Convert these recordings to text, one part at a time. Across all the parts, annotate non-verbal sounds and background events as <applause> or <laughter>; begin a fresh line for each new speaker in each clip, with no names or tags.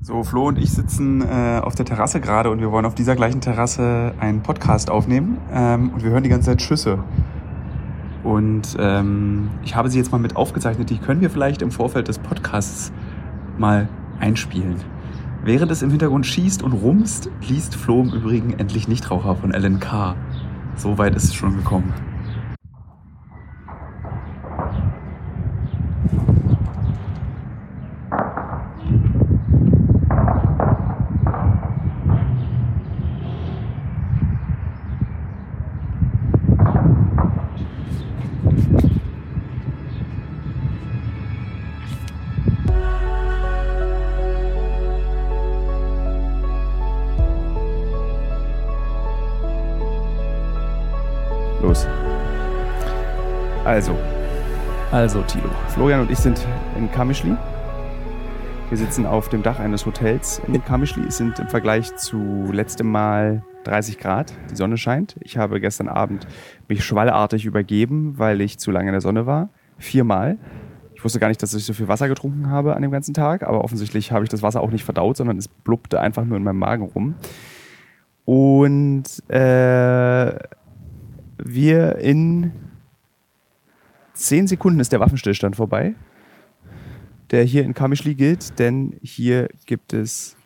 So, Flo und ich sitzen äh, auf der Terrasse gerade und wir wollen auf dieser gleichen Terrasse einen Podcast aufnehmen ähm, und wir hören die ganze Zeit Schüsse. Und ähm, ich habe sie jetzt mal mit aufgezeichnet, die können wir vielleicht im Vorfeld des Podcasts mal einspielen. Während es im Hintergrund schießt und rumst, liest Flo im Übrigen endlich Nichtraucher von Ellen K. So weit ist es schon gekommen. Los. Also,
Also, Tilo.
Florian und ich sind in Kamischli. Wir sitzen auf dem Dach eines Hotels in Kamischli. Es sind im Vergleich zu letztem Mal 30 Grad. Die Sonne scheint. Ich habe gestern Abend mich schwallartig übergeben, weil ich zu lange in der Sonne war. Viermal. Ich wusste gar nicht, dass ich so viel Wasser getrunken habe an dem ganzen Tag, aber offensichtlich habe ich das Wasser auch nicht verdaut, sondern es blubbte einfach nur in meinem Magen rum. Und äh, wir in zehn Sekunden ist der Waffenstillstand vorbei, der hier in Kamischli gilt, denn hier gibt es.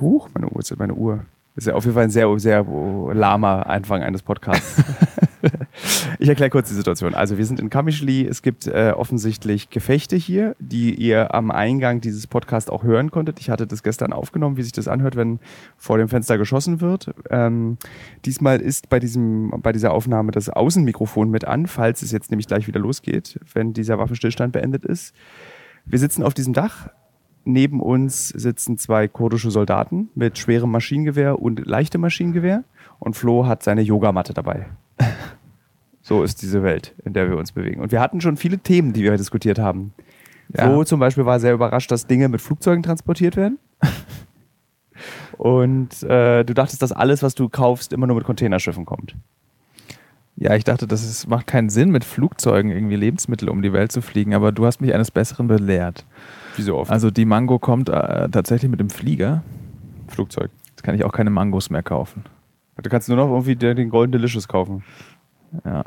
Huch, meine Uhr, ist meine Uhr. Ist ja auf jeden Fall ein sehr, sehr lahmer Anfang eines Podcasts. ich erkläre kurz die Situation. Also, wir sind in Kamischli. Es gibt äh, offensichtlich Gefechte hier, die ihr am Eingang dieses Podcasts auch hören konntet. Ich hatte das gestern aufgenommen, wie sich das anhört, wenn vor dem Fenster geschossen wird. Ähm, Diesmal ist bei, diesem, bei dieser Aufnahme das Außenmikrofon mit an, falls es jetzt nämlich gleich wieder losgeht, wenn dieser Waffenstillstand beendet ist. Wir sitzen auf diesem Dach. Neben uns sitzen zwei kurdische Soldaten mit schwerem Maschinengewehr und leichtem Maschinengewehr. Und Flo hat seine Yogamatte
<laughs>
dabei. So ist diese Welt, in der wir uns bewegen. Und wir hatten schon viele Themen, die wir diskutiert haben.
Ja.
Flo zum Beispiel war sehr überrascht, dass Dinge mit Flugzeugen transportiert werden. Und äh, du dachtest, dass alles, was du kaufst, immer nur mit Containerschiffen kommt.
Ja, ich dachte, das ist, macht keinen Sinn, mit Flugzeugen irgendwie Lebensmittel um die Welt zu fliegen, aber du hast mich eines Besseren belehrt.
Wie so oft.
Also die Mango kommt äh, tatsächlich mit dem Flieger.
Flugzeug.
Jetzt kann ich auch keine Mangos mehr kaufen.
Du kannst nur noch irgendwie den den Golden Delicious kaufen.
Ja.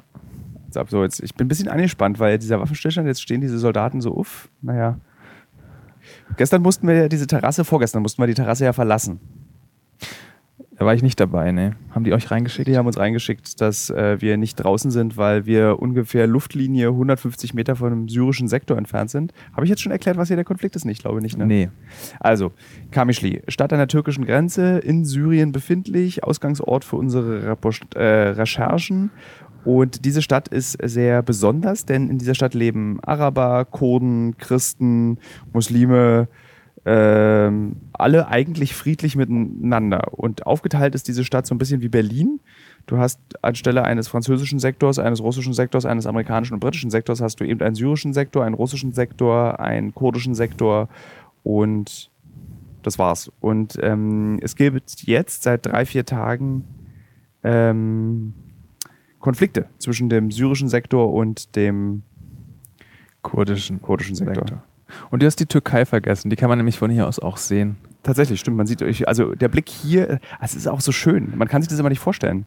Jetzt ab, so jetzt, ich bin ein bisschen angespannt, weil dieser Waffenstillstand, jetzt stehen diese Soldaten so uff. Naja. Gestern mussten wir ja diese Terrasse, vorgestern mussten wir die Terrasse ja verlassen.
Da war ich nicht dabei, ne? Haben die euch reingeschickt?
Die haben uns reingeschickt, dass äh, wir nicht draußen sind, weil wir ungefähr Luftlinie 150 Meter von einem syrischen Sektor entfernt sind. Habe ich jetzt schon erklärt, was hier der Konflikt ist? Nee, Ich glaube nicht, ne?
Nee.
Also, Kamischli, Stadt an der türkischen Grenze, in Syrien befindlich, Ausgangsort für unsere Rapport- äh, Recherchen. Und diese Stadt ist sehr besonders, denn in dieser Stadt leben Araber, Kurden, Christen, Muslime, ähm, alle eigentlich friedlich miteinander. Und aufgeteilt ist diese Stadt so ein bisschen wie Berlin. Du hast anstelle eines französischen Sektors, eines russischen Sektors, eines amerikanischen und britischen Sektors, hast du eben einen syrischen Sektor, einen russischen Sektor, einen kurdischen Sektor und das war's. Und ähm, es gibt jetzt seit drei, vier Tagen ähm, Konflikte zwischen dem syrischen Sektor und dem
Kurdischen.
kurdischen Sektor.
Und du hast die Türkei vergessen. Die kann man nämlich von hier aus auch sehen.
Tatsächlich, stimmt. Man sieht, ich- also der Blick hier, äh, es ist auch so schön. Man kann sich das immer nicht vorstellen,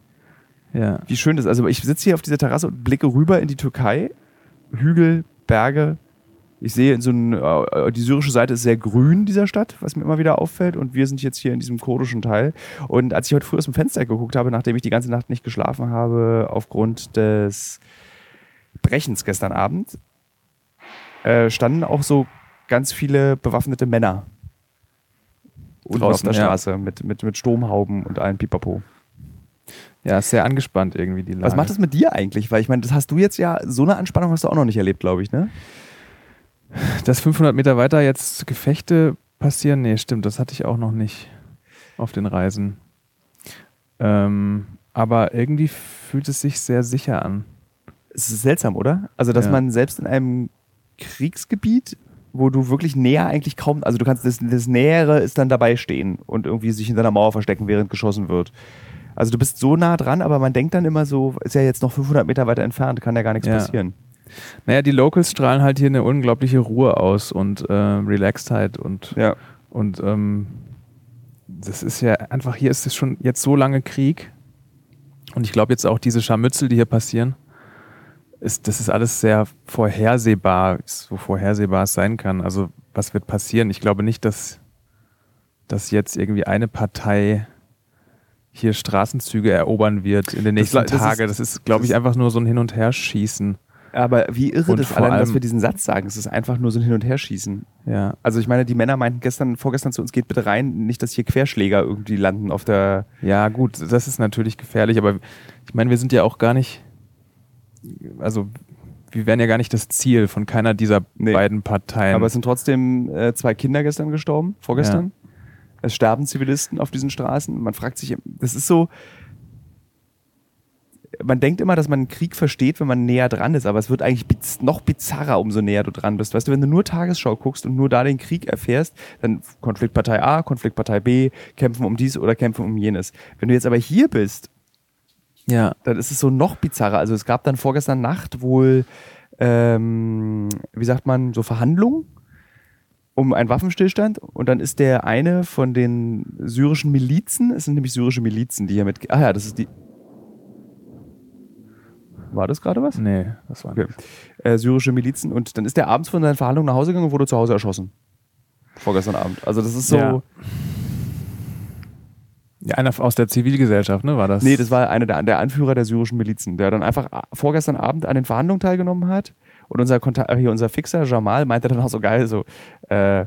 Ja.
wie schön das ist. Also ich sitze hier auf dieser Terrasse und blicke rüber in die Türkei. Hügel, Berge. Ich sehe in so einen, äh, die syrische Seite ist sehr grün dieser Stadt, was mir immer wieder auffällt. Und wir sind jetzt hier in diesem kurdischen Teil. Und als ich heute früh aus dem Fenster geguckt habe, nachdem ich die ganze Nacht nicht geschlafen habe, aufgrund des Brechens gestern Abend, äh, standen auch so ganz viele bewaffnete Männer. Und auf
Draußen,
der
ja.
Straße mit, mit, mit Sturmhauben und allen Pipapo.
Ja, ist sehr angespannt irgendwie die Lage.
Was macht das mit dir eigentlich? Weil ich meine, das hast du jetzt ja, so eine Anspannung hast du auch noch nicht erlebt, glaube ich, ne?
Dass 500 Meter weiter jetzt Gefechte passieren? Nee, stimmt, das hatte ich auch noch nicht auf den Reisen. Ähm, aber irgendwie fühlt es sich sehr sicher an.
Es ist seltsam, oder? Also, dass
Ja.
man selbst in einem Kriegsgebiet, wo du wirklich näher eigentlich kaum, also du kannst das, das Nähere ist dann dabei stehen und irgendwie sich hinter einer Mauer verstecken, während geschossen wird. Also du bist so nah dran, aber man denkt dann immer so, ist ja jetzt noch 500 Meter weiter entfernt, kann ja gar nichts
Ja.
passieren.
Naja, die Locals strahlen halt hier eine unglaubliche Ruhe aus und äh, Relaxedheit und,
Ja.
und ähm, das ist ja einfach, hier ist es schon jetzt so lange Krieg und ich glaube jetzt auch diese Scharmützel, die hier passieren, ist, das ist alles sehr vorhersehbar, so vorhersehbar es sein kann. Also was wird passieren? Ich glaube nicht, dass, dass jetzt irgendwie eine Partei hier Straßenzüge erobern wird in den
Das
nächsten
le- das ist-
Tagen. Das ist, glaube ich,
das-
einfach nur so ein Hin- und Herschießen.
Aber wie irre
Und
das
vor
allein, dass
allem-
wir diesen Satz sagen. Es ist einfach nur so ein Hin- und Herschießen.
Ja.
Also ich meine, die Männer meinten gestern, vorgestern zu uns, geht bitte rein, nicht, dass hier Querschläger irgendwie landen auf der...
Ja, gut, das ist natürlich gefährlich, aber ich meine, wir sind ja auch gar nicht, also wir wären ja gar nicht das Ziel von keiner dieser
Nee.
beiden Parteien.
Aber es sind trotzdem äh, zwei Kinder gestern gestorben, vorgestern. Es sterben Zivilisten auf diesen Straßen. Man fragt sich, das ist so... Man denkt immer, dass man einen Krieg versteht, wenn man näher dran ist, aber es wird eigentlich biz noch bizarrer, umso näher du dran bist. Weißt du, wenn du nur Tagesschau guckst und nur da den Krieg erfährst, dann Konfliktpartei A, Konfliktpartei B, kämpfen um dies oder kämpfen um jenes. Wenn du jetzt aber hier bist
ja,
dann ist es so noch bizarrer. Also es gab dann vorgestern Nacht wohl, ähm, wie sagt man, so Verhandlungen um einen Waffenstillstand und dann ist der eine von den syrischen Milizen, es sind nämlich syrische Milizen, die hier mit, ah ja, das ist die, war das gerade was?
nee, das war
Okay. Äh, syrische Milizen und dann ist der abends von seinen Verhandlungen nach Hause gegangen und wurde zu Hause erschossen. Vorgestern Abend. Also das ist so,
Ja. Ja, einer aus der Zivilgesellschaft, ne, war das?
Nee, das war einer der, der Anführer der syrischen Milizen, der dann einfach a- vorgestern Abend an den Verhandlungen teilgenommen hat. Und unser, Konta äh, hier unser Fixer Jamal meinte dann auch so geil, so, äh,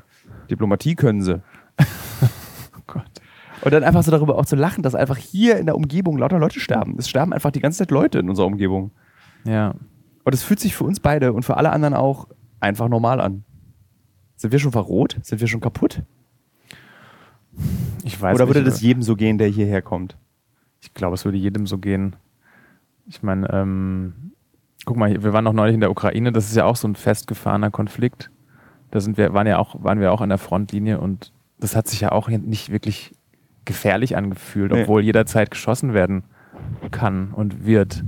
Diplomatie können <laughs> sie.
oh Gott.
Und dann einfach so darüber auch zu lachen, dass einfach hier in der Umgebung lauter Leute sterben. Es sterben einfach die ganze Zeit Leute in unserer Umgebung.
Ja,
Und es fühlt sich für uns beide und für alle anderen auch einfach normal an. Sind wir schon verrot? Sind wir schon kaputt?
ich weiß
Oder würde
nicht,
das jedem so gehen, der hierher kommt?
Ich glaube, es würde jedem so gehen. Ich meine, ähm, guck mal, hier, wir waren noch neulich in der Ukraine, das ist ja auch so ein festgefahrener Konflikt. Da sind wir, waren ja auch, waren wir auch an der Frontlinie und das hat sich ja auch nicht wirklich gefährlich angefühlt,
Nee.
obwohl jederzeit geschossen werden kann und wird.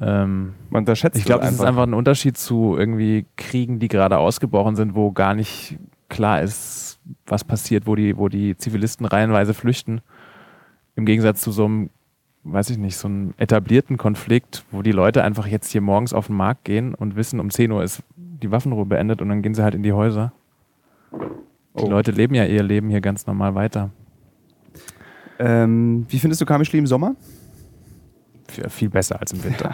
Ähm,
Man unterschätzt
ich glaube,
das
das ist einfach ein Unterschied zu irgendwie Kriegen, die gerade ausgebrochen sind, wo gar nicht klar ist, was passiert, wo die, wo die Zivilisten reihenweise flüchten. Im Gegensatz zu so einem, weiß ich nicht, so einem etablierten Konflikt, wo die Leute einfach jetzt hier morgens auf den Markt gehen und wissen, um 10 Uhr ist die Waffenruhe beendet und dann gehen sie halt in die Häuser. Die
Oh.
Leute leben ja ihr Leben hier ganz normal weiter.
Ähm, wie findest du Kamischli im Sommer?
Viel- Viel besser als im Winter.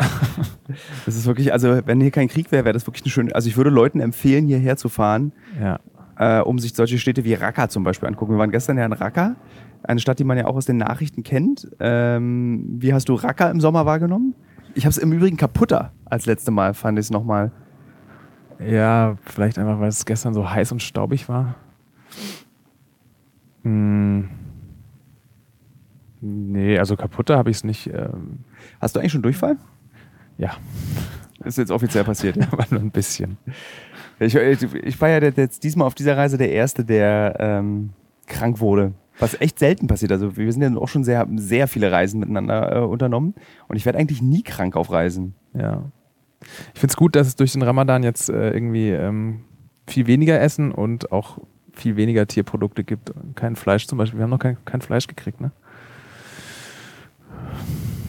Das ist wirklich, also wenn hier kein Krieg wäre, wäre das wirklich eine schöne. Also ich würde Leuten empfehlen, hierher zu fahren,
ja.
äh, um sich solche Städte wie Raqqa zum Beispiel angucken. Wir waren gestern ja in Raqqa, eine Stadt, die man ja auch aus den Nachrichten kennt. Ähm, wie hast du Raqqa im Sommer wahrgenommen? Ich habe es im Übrigen kaputter als letzte Mal, fand ich es nochmal.
Ja, vielleicht einfach, weil es gestern so heiß und staubig war. Hm. Nee, also kaputter habe ich es nicht. Ähm,
Hast du eigentlich schon Durchfall?
ja,
Ist jetzt offiziell passiert. <laughs> ja.
aber nur ein bisschen.
Ich, äh, ich war ja jetzt diesmal auf dieser Reise der Erste, der ähm, krank wurde. Was echt selten passiert. Also wir sind ja auch schon sehr, haben sehr viele Reisen miteinander äh, unternommen. Und ich werde eigentlich nie krank auf Reisen.
Ja. Ich finde es gut, dass es durch den Ramadan jetzt äh, irgendwie ähm, viel weniger Essen und auch viel weniger Tierprodukte gibt. Kein Fleisch zum Beispiel. Wir haben noch kein, kein Fleisch gekriegt, ne?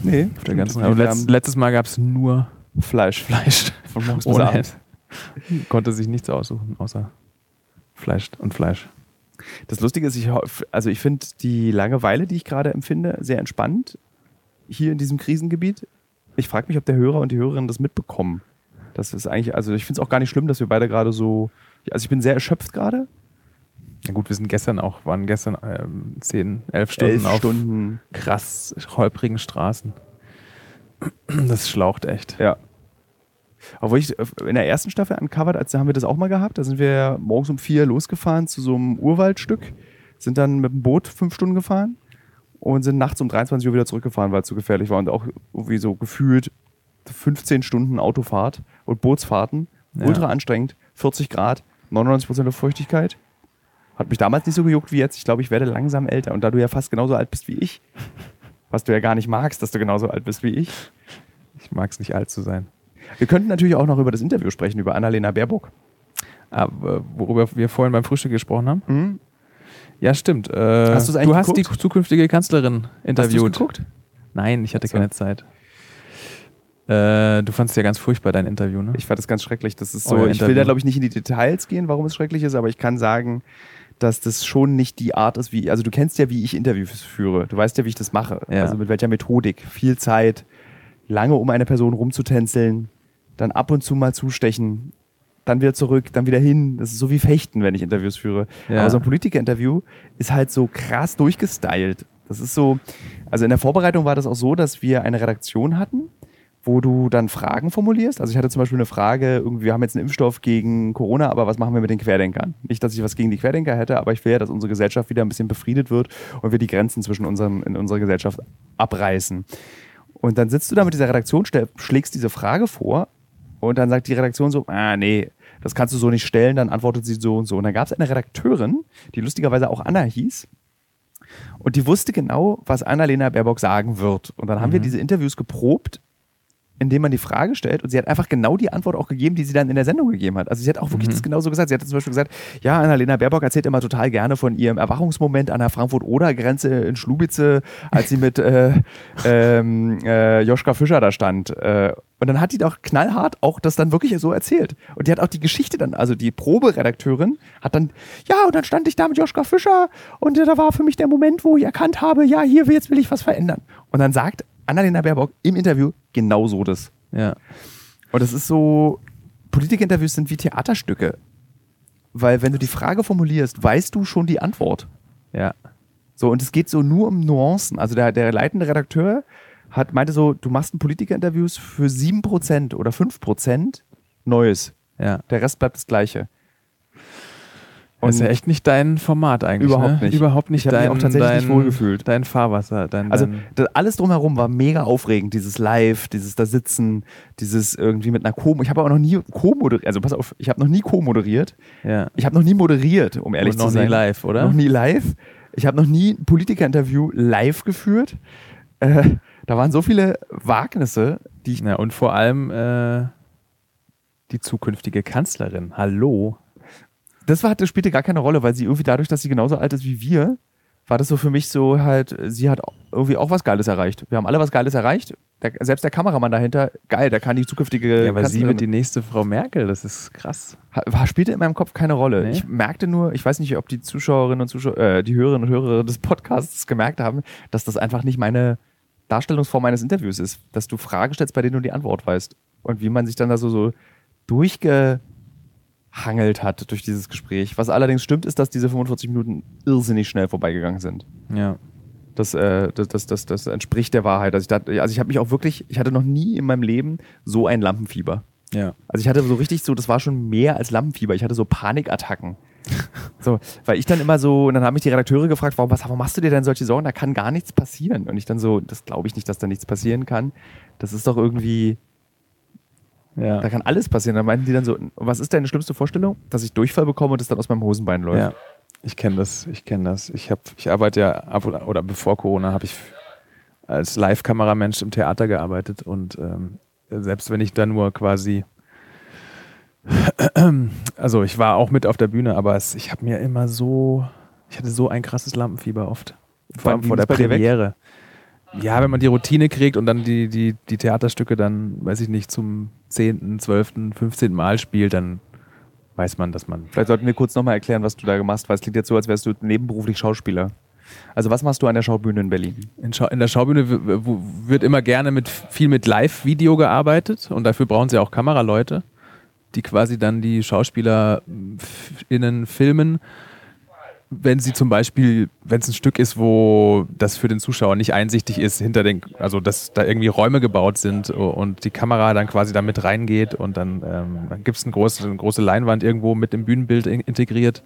Nee,
Auf der ganzen Reise. Letzt, letztes Mal gab es nur
Fleisch.
Fleisch.
Von morgens bis
Ohne
abends.
Essen. Konnte sich nichts aussuchen, außer Fleisch und Fleisch.
Das Lustige ist, ich, ho- also ich finde die Langeweile, die ich gerade empfinde, sehr entspannt hier in diesem Krisengebiet. Ich frage mich, ob der Hörer und die Hörerin das mitbekommen. Das ist eigentlich, also ich finde es auch gar nicht schlimm, dass wir beide gerade so, also ich bin sehr erschöpft gerade.
Ja gut, wir sind gestern auch, waren gestern ähm, 10, 11 Stunden auf
Stunden.
krass holprigen Straßen. Das schlaucht echt.
Ja. Obwohl ich äh, in der ersten Staffel uncovered, als da haben wir das auch mal gehabt, da sind wir morgens um vier losgefahren zu so einem Urwaldstück, sind dann mit dem Boot fünf Stunden gefahren und sind nachts um 23 Uhr wieder zurückgefahren, weil es zu gefährlich war und auch irgendwie so gefühlt 15 Stunden Autofahrt und Bootsfahrten,
Ja.
ultra anstrengend, 40 Grad, 99% Feuchtigkeit. Hat mich damals nicht so gejuckt wie jetzt. Ich glaube, ich werde langsam älter. Und da du ja fast genauso alt bist wie ich, was du ja gar nicht magst, dass du genauso alt bist wie ich,
Ich mag es nicht alt zu sein.
Wir könnten natürlich auch noch über das Interview sprechen, über Annalena Baerbock.
Aber Ah, worüber wir vorhin beim Frühstück gesprochen haben.
Mhm.
Ja, stimmt. Äh,
Hast du's eigentlich
du hast die
geguckt?
zukünftige Kanzlerin
Hast
interviewt.
du geguckt?
Nein, ich hatte
So.
keine Zeit. Äh, du fandest ja ganz furchtbar dein Interview, ne?
Ich fand das ganz schrecklich. Das ist so,
Euer
ich will
Interview.
da, glaube ich, nicht in die Details gehen, warum es schrecklich ist, aber ich kann sagen, dass das schon nicht die Art ist, wie, also du kennst ja, wie ich Interviews führe. Du weißt ja, wie ich das mache.
Ja.
Also mit welcher Methodik. Viel Zeit, lange um eine Person rumzutänzeln, dann ab und zu mal zustechen, dann wieder zurück, dann wieder hin. Das ist so wie Fechten, wenn ich Interviews führe.
Ja.
Aber so ein Politiker-Interview ist halt so krass durchgestylt. Das ist so, also in der Vorbereitung war das auch so, dass wir eine Redaktion hatten, wo du dann Fragen formulierst. Also ich hatte zum Beispiel eine Frage, irgendwie, wir haben jetzt einen Impfstoff gegen Corona, aber was machen wir mit den Querdenkern? Nicht, dass ich was gegen die Querdenker hätte, aber ich will ja, dass unsere Gesellschaft wieder ein bisschen befriedet wird und wir die Grenzen zwischen unseren, in unserer Gesellschaft abreißen. Und dann sitzt du da mit dieser Redaktion, stell- schlägst diese Frage vor und dann sagt die Redaktion so, ah nee, das kannst du so nicht stellen, dann antwortet sie so und so. Und dann gab es eine Redakteurin, die lustigerweise auch Anna hieß, und die wusste genau, was Annalena Baerbock sagen wird. Und dann haben wir diese Interviews geprobt, indem man die Frage stellt. Und sie hat einfach genau die Antwort auch gegeben, die sie dann in der Sendung gegeben hat. Also sie hat auch wirklich das genauso gesagt. Sie hat zum Beispiel gesagt, ja, Annalena Baerbock erzählt immer total gerne von ihrem Erwachungsmoment an der Frankfurt-Oder-Grenze in Schlubitze, als sie mit äh, ähm, äh, Joschka Fischer da stand. Äh, und dann hat die doch knallhart auch das dann wirklich so erzählt. Und die hat auch die Geschichte dann, also die Proberedakteurin hat dann, ja, und dann stand ich da mit Joschka Fischer und äh, da war für mich der Moment, wo ich erkannt habe, ja, hier, jetzt will ich was verändern. Und dann sagt Annalena Baerbock im Interview genau so das.
Ja.
Und das ist so, Politikinterviews sind wie Theaterstücke. Weil wenn du die Frage formulierst, weißt du schon die Antwort.
Ja.
So, und es geht so nur um Nuancen. Also der, der leitende Redakteur hat, meinte so, du machst ein Politikerinterviews für 7% oder 5% Neues.
Ja.
Der Rest bleibt das Gleiche.
Und ist ja echt nicht dein Format eigentlich.
Überhaupt
ne?
nicht.
Überhaupt
Ich
nicht
hab mich
dein,
auch tatsächlich
dein,
nicht wohlgefühlt.
dein Fahrwasser. Dein,
Also
dein,
das, alles drumherum war mega aufregend, dieses Live, dieses da sitzen, dieses irgendwie mit einer Co. Ich habe auch noch nie Co moderiert, also pass auf, ich habe noch nie Co moderiert.
ja.
Ich habe noch nie moderiert, um ehrlich
Und
zu
noch nie
sein.
live, oder?
Noch nie live. Ich habe noch nie ein Politikerinterview live geführt. Äh, da waren so viele Wagnisse, die ich
ja. Und vor allem äh, die zukünftige Kanzlerin. Hallo.
das war, das spielte gar keine Rolle, weil sie irgendwie dadurch, dass sie genauso alt ist wie wir, war das so für mich so halt, sie hat irgendwie auch was Geiles erreicht. Wir haben alle was Geiles erreicht. Der, selbst der Kameramann dahinter, geil, da kann die zukünftige.
Ja, aber sie
Kanzlerin-
wird die nächste Frau Merkel. Das ist krass.
Ha- war, spielte in meinem Kopf keine Rolle.
Nee.
Ich merkte nur, ich weiß nicht, ob die Zuschauerinnen und Zuschauer, äh, die Hörerinnen und Hörer des Podcasts gemerkt haben, dass das einfach nicht meine Darstellungsform eines Interviews ist, dass du Fragen stellst, bei denen du die Antwort weißt. Und wie man sich dann da so, so durchgehangelt hat durch dieses Gespräch. Was allerdings stimmt, ist, dass diese 45 Minuten irrsinnig schnell vorbeigegangen sind.
Ja.
Das, äh, das, das, das, das entspricht der Wahrheit. Also ich, dachte, also ich habe mich auch wirklich, ich hatte noch nie in meinem Leben so ein Lampenfieber.
Ja.
Also ich hatte so richtig so, das war schon mehr als Lampenfieber. Ich hatte so Panikattacken. So, weil ich dann immer so, und dann haben mich die Redakteure gefragt, warum, was, warum machst du dir denn solche Sorgen? Da kann gar nichts passieren. Und ich dann so, das glaube ich nicht, dass da nichts passieren kann. Das ist doch irgendwie,
Ja.
da kann alles passieren. Dann meinten die dann so, was ist deine schlimmste Vorstellung? Dass ich Durchfall bekomme und es dann aus meinem Hosenbein läuft.
Ja, ich kenne das, ich kenne das. Ich habe, ich arbeite ja ab oder, oder bevor Corona habe ich als Live-Kameramensch im Theater gearbeitet und ähm, selbst wenn ich da nur quasi, <clears throat> also ich war auch mit auf der Bühne, aber es, ich habe mir immer so, ich hatte so ein krasses Lampenfieber oft, vor
Wann
allem
ging
vor der
es bei dir weg?
Premiere. Ja, wenn man die Routine kriegt und dann die, die, die Theaterstücke dann, weiß ich nicht, zum 10., 12., 15. Mal spielt, dann weiß man, dass man
Vielleicht sollten wir kurz nochmal erklären, was du da gemacht hast, weil es klingt jetzt so, als wärst du nebenberuflich Schauspieler. Also was machst du an der Schaubühne in Berlin?
In, Schau in der Schaubühne w- w- w- wird immer gerne mit viel mit Live-Video gearbeitet und dafür brauchen sie auch Kameraleute, die quasi dann die SchauspielerInnen filmen. Wenn sie zum Beispiel, wenn es ein Stück ist, wo das für den Zuschauer nicht einsichtig ist, hinter den, also dass da irgendwie Räume gebaut sind o- und die Kamera dann quasi da mit reingeht und dann, ähm, dann gibt es eine große, eine große Leinwand irgendwo mit dem Bühnenbild in integriert.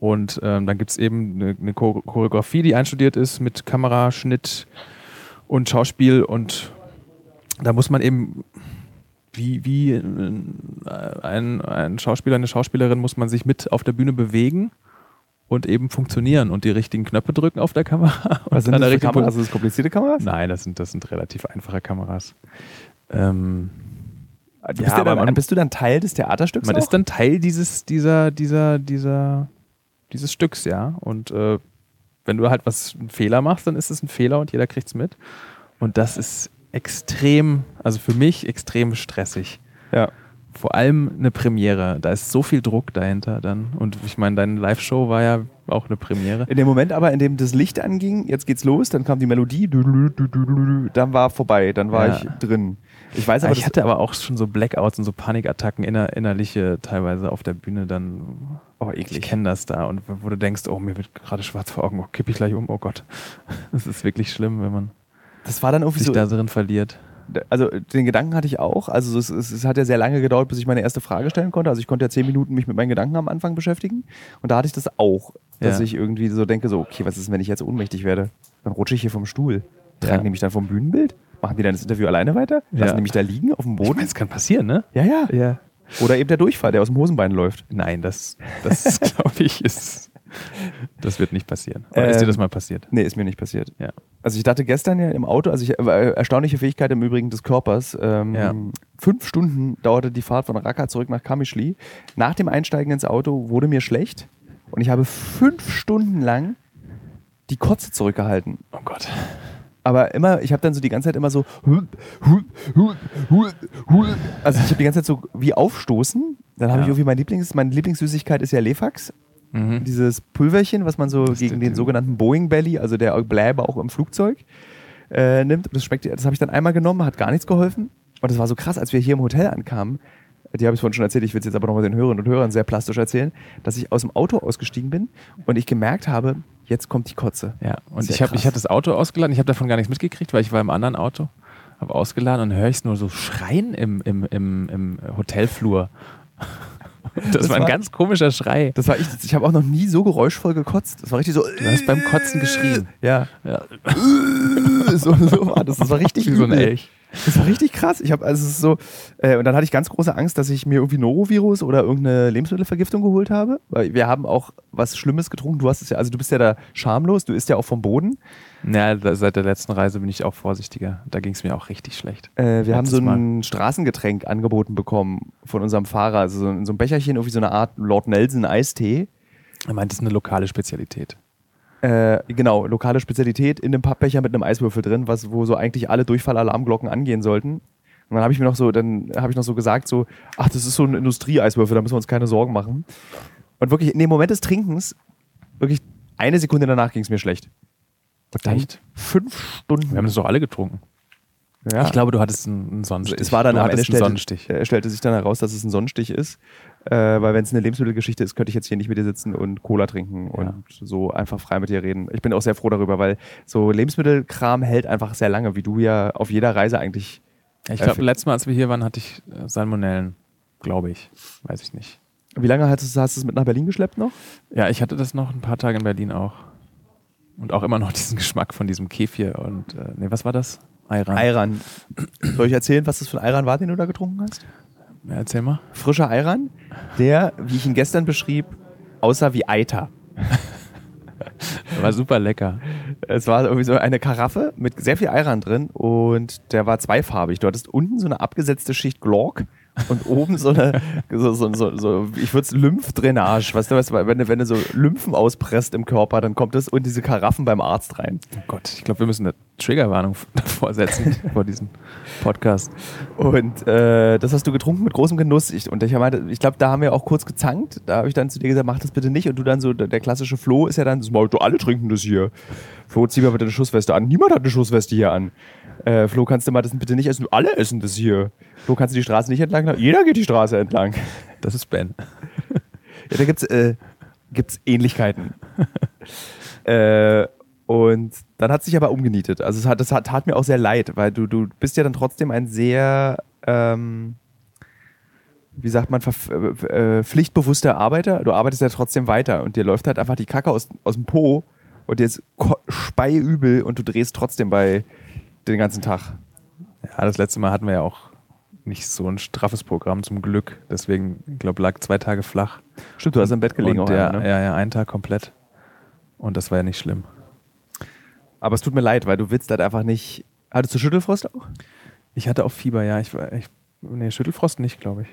Und ähm, dann gibt es eben eine, eine Chore- Choreografie, die einstudiert ist mit Kamera, Schnitt und Schauspiel. Und da muss man eben, wie, wie äh, ein, ein Schauspieler, eine Schauspielerin, muss man sich mit auf der Bühne bewegen und eben funktionieren und die richtigen Knöpfe drücken auf der Kamera. <laughs> und an der
für
richtigen-
Kameras? Sind das komplizierte Kameras?
Nein, das sind, das sind relativ einfache Kameras. Ähm,
Du
Ja,
bist, ja
aber
dann,
man-
bist du dann Teil des Theaterstücks?
Man
auch?
ist dann Teil dieses, dieser, dieser, dieser, dieses Stücks, ja. Und äh, wenn du halt was einen Fehler machst, dann ist es ein Fehler und jeder kriegt's mit. Und das ist extrem, also für mich extrem stressig.
ja.
Vor allem eine Premiere. Da ist so viel Druck dahinter dann. Und ich meine, deine Live-Show war ja auch eine Premiere.
In dem Moment aber, in dem das Licht anging, jetzt geht's los, dann kam die Melodie, dann war vorbei, dann war
Ja.
ich drin. Ich weiß aber,
ich
das-
hatte aber auch schon so Blackouts und so Panikattacken inner, innerliche teilweise auf der Bühne dann.
oh,
Ich
eklig.
kenne das da und wo du denkst, oh, mir wird gerade schwarz vor Augen, oh, kipp ich gleich um, oh Gott. <laughs> Das ist wirklich schlimm, wenn man
Das war dann irgendwie
sich
so,
da drin verliert.
also den Gedanken hatte ich auch. Also es, es, es hat ja sehr lange gedauert, bis ich meine erste Frage stellen konnte. Also ich konnte ja zehn Minuten mich mit meinen Gedanken am Anfang beschäftigen. Und da hatte ich das auch, dass
Ja.
ich irgendwie so denke, so, okay, was ist, wenn ich jetzt ohnmächtig werde? Dann rutsche ich hier vom Stuhl. Tragen
Ja.
die mich dann vom Bühnenbild? Machen die dann das Interview alleine weiter? Lassen
Ja.
die mich da liegen auf dem Boden?
das kann passieren, ne?
Ja, ja.
Ja.
Oder eben der Durchfall, der aus dem Hosenbein läuft.
Nein, das, das <laughs> glaube ich, ist. Das wird nicht passieren. Oder ist
Ähm,
dir das mal passiert?
Nee, ist mir nicht passiert.
Ja.
Also ich dachte gestern ja im Auto, also ich, äh, erstaunliche Fähigkeit im Übrigen des Körpers. Ähm,
Ja.
Fünf Stunden dauerte die Fahrt von Raqqa zurück nach Kamischli. Nach dem Einsteigen ins Auto wurde mir schlecht und ich habe fünf Stunden lang die Kotze zurückgehalten.
Oh Gott.
Aber immer, ich habe dann so die ganze Zeit immer so, also ich habe die ganze Zeit so wie aufstoßen. Dann habe
Ja.
ich irgendwie mein Lieblings, meine Lieblingssüßigkeit ist ja Lefax
Mhm.
dieses Pulverchen, was man so
Das
gegen
ist
den
der-
sogenannten Boeing Belly, also der Bläber auch im Flugzeug, äh, nimmt. Und Das schmeckt, das habe ich dann einmal genommen, hat gar nichts geholfen. Und das war so krass, als wir hier im Hotel ankamen. Die habe ich vorhin schon erzählt, ich will es jetzt aber nochmal den Hörerinnen und Hörern sehr plastisch erzählen, dass ich aus dem Auto ausgestiegen bin und ich gemerkt habe, jetzt kommt die Kotze.
Ja, und
Sehr
ich habe
krass.
ich hab das Auto ausgeladen, ich habe davon gar nichts mitgekriegt, weil ich war im anderen Auto, habe ausgeladen und höre ich nur so schreien im, im, im, im Hotelflur. <laughs> Das,
Das
war ein
war-
ganz komischer Schrei.
Das war ich, ich habe auch noch nie so geräuschvoll gekotzt. Das war richtig so. äh,
Du hast beim Kotzen geschrien.
Ja,
Ja,
<laughs> so, so war das. Das <laughs> war richtig
wie so ein
übel.
Elch.
Das war richtig krass. Ich habe also es ist so äh, und dann hatte ich ganz große Angst, dass ich mir irgendwie Norovirus oder irgendeine Lebensmittelvergiftung geholt habe, weil wir haben auch was Schlimmes getrunken. Du hast es ja, also du bist ja da schamlos, du isst ja auch vom Boden.
Ja, da- seit der letzten Reise bin ich auch vorsichtiger. Da ging es mir auch richtig schlecht.
Äh, wir haben so
Letztes
ein Straßengetränk angeboten bekommen von unserem Fahrer, also so in so einem Becherchen irgendwie so eine Art Lord Nelson Eistee.
Er meint, das ist eine lokale Spezialität.
Äh, genau, lokale Spezialität in einem Pappbecher mit einem Eiswürfel drin, was, wo so eigentlich alle Durchfallalarmglocken angehen sollten. Und dann habe ich mir noch so, dann habe ich noch so gesagt, so, ach, das ist so ein Industrieeiswürfel, da müssen wir uns keine Sorgen machen. Und wirklich, in dem Moment des Trinkens, wirklich eine Sekunde danach ging es mir schlecht. Und dann
Echt?
fünf Stunden.
Wir haben das doch alle getrunken.
ja.
Ich glaube, du hattest einen, einen Sonnenstich.
es war dann
du
am Ende
hattest einen
stellte,
Sonnenstich.
äh, stellte sich dann heraus, dass es ein Sonnenstich ist. Äh, weil wenn es eine Lebensmittelgeschichte ist, könnte ich jetzt hier nicht mit dir sitzen und Cola trinken und so einfach frei mit dir reden. Ich bin auch sehr froh darüber, weil so Lebensmittelkram hält einfach sehr lange, wie du ja auf jeder Reise eigentlich.
Ich
äh,
glaube, letztes Mal, als wir hier waren, hatte ich äh, Salmonellen, glaube ich. Weiß ich nicht.
Wie lange hast du, hast du es mit nach Berlin geschleppt noch?
Ja, ich hatte das noch ein paar Tage in Berlin auch. Und auch immer noch <laughs> diesen Geschmack von diesem Kefir und, äh, nee, was war das? Ayran.
Ayran. Soll ich erzählen, was das für ein Ayran war, den du da getrunken hast?
Ja, erzähl mal.
Frischer Ayran, der, wie ich ihn gestern beschrieb, aussah wie Eiter.
War super lecker.
Es war irgendwie so eine Karaffe mit sehr viel Ayran drin und der war zweifarbig. Du hattest unten so eine abgesetzte Schicht Glork und oben so eine, <laughs> so, so, so, so ich würde es Lymphdrainage, weißt du, was, wenn, du- wenn du so Lymphen auspresst im Körper, dann kommt das und diese Karaffen beim Arzt rein.
Oh Gott, ich glaube, wir müssen eine Triggerwarnung <laughs> f-
<laughs>
davor setzen vor diesem Podcast.
Und äh, das hast du getrunken mit großem Genuss. Ich, und ich meinte, ich glaube, da haben wir auch kurz gezankt. Da habe ich dann zu dir gesagt, mach das bitte nicht. Und du dann so, der der klassische Flo ist ja dann, so, du alle trinken das hier. Flo, zieh mal bitte eine Schussweste an. Niemand hat eine Schussweste hier an. Äh, Flo, kannst du mal das bitte nicht essen? Alle essen das hier. Flo, kannst du die Straße nicht entlang? Jeder geht die Straße entlang.
Das ist Ben.
<laughs> Ja, da gibt's äh, gibt's Ähnlichkeiten. äh, und dann hat sich aber umgenietet. Also es hat, das hat, tat mir auch sehr leid, weil du, du bist ja dann trotzdem ein sehr, ähm, wie sagt man, verf- äh, äh, pflichtbewusster Arbeiter. Du arbeitest ja trotzdem weiter und dir läuft halt einfach die Kacke aus, aus dem Po und dir ist ko- speiübel und du drehst trotzdem bei den ganzen Tag.
Ja, das letzte Mal hatten wir ja auch nicht so ein straffes Programm zum Glück. Deswegen, ich glaube, lag zwei Tage flach.
Stimmt, du hast im Bett gelegen
und
auch
ja,
einmal, ne?
ja, ja, einen Tag komplett. Und das war ja nicht schlimm.
Aber es tut mir leid, weil du willst halt einfach nicht. Hattest du Schüttelfrost auch?
Ich hatte auch Fieber, ja. Ich, war- ich Nee, Schüttelfrost nicht, glaube ich.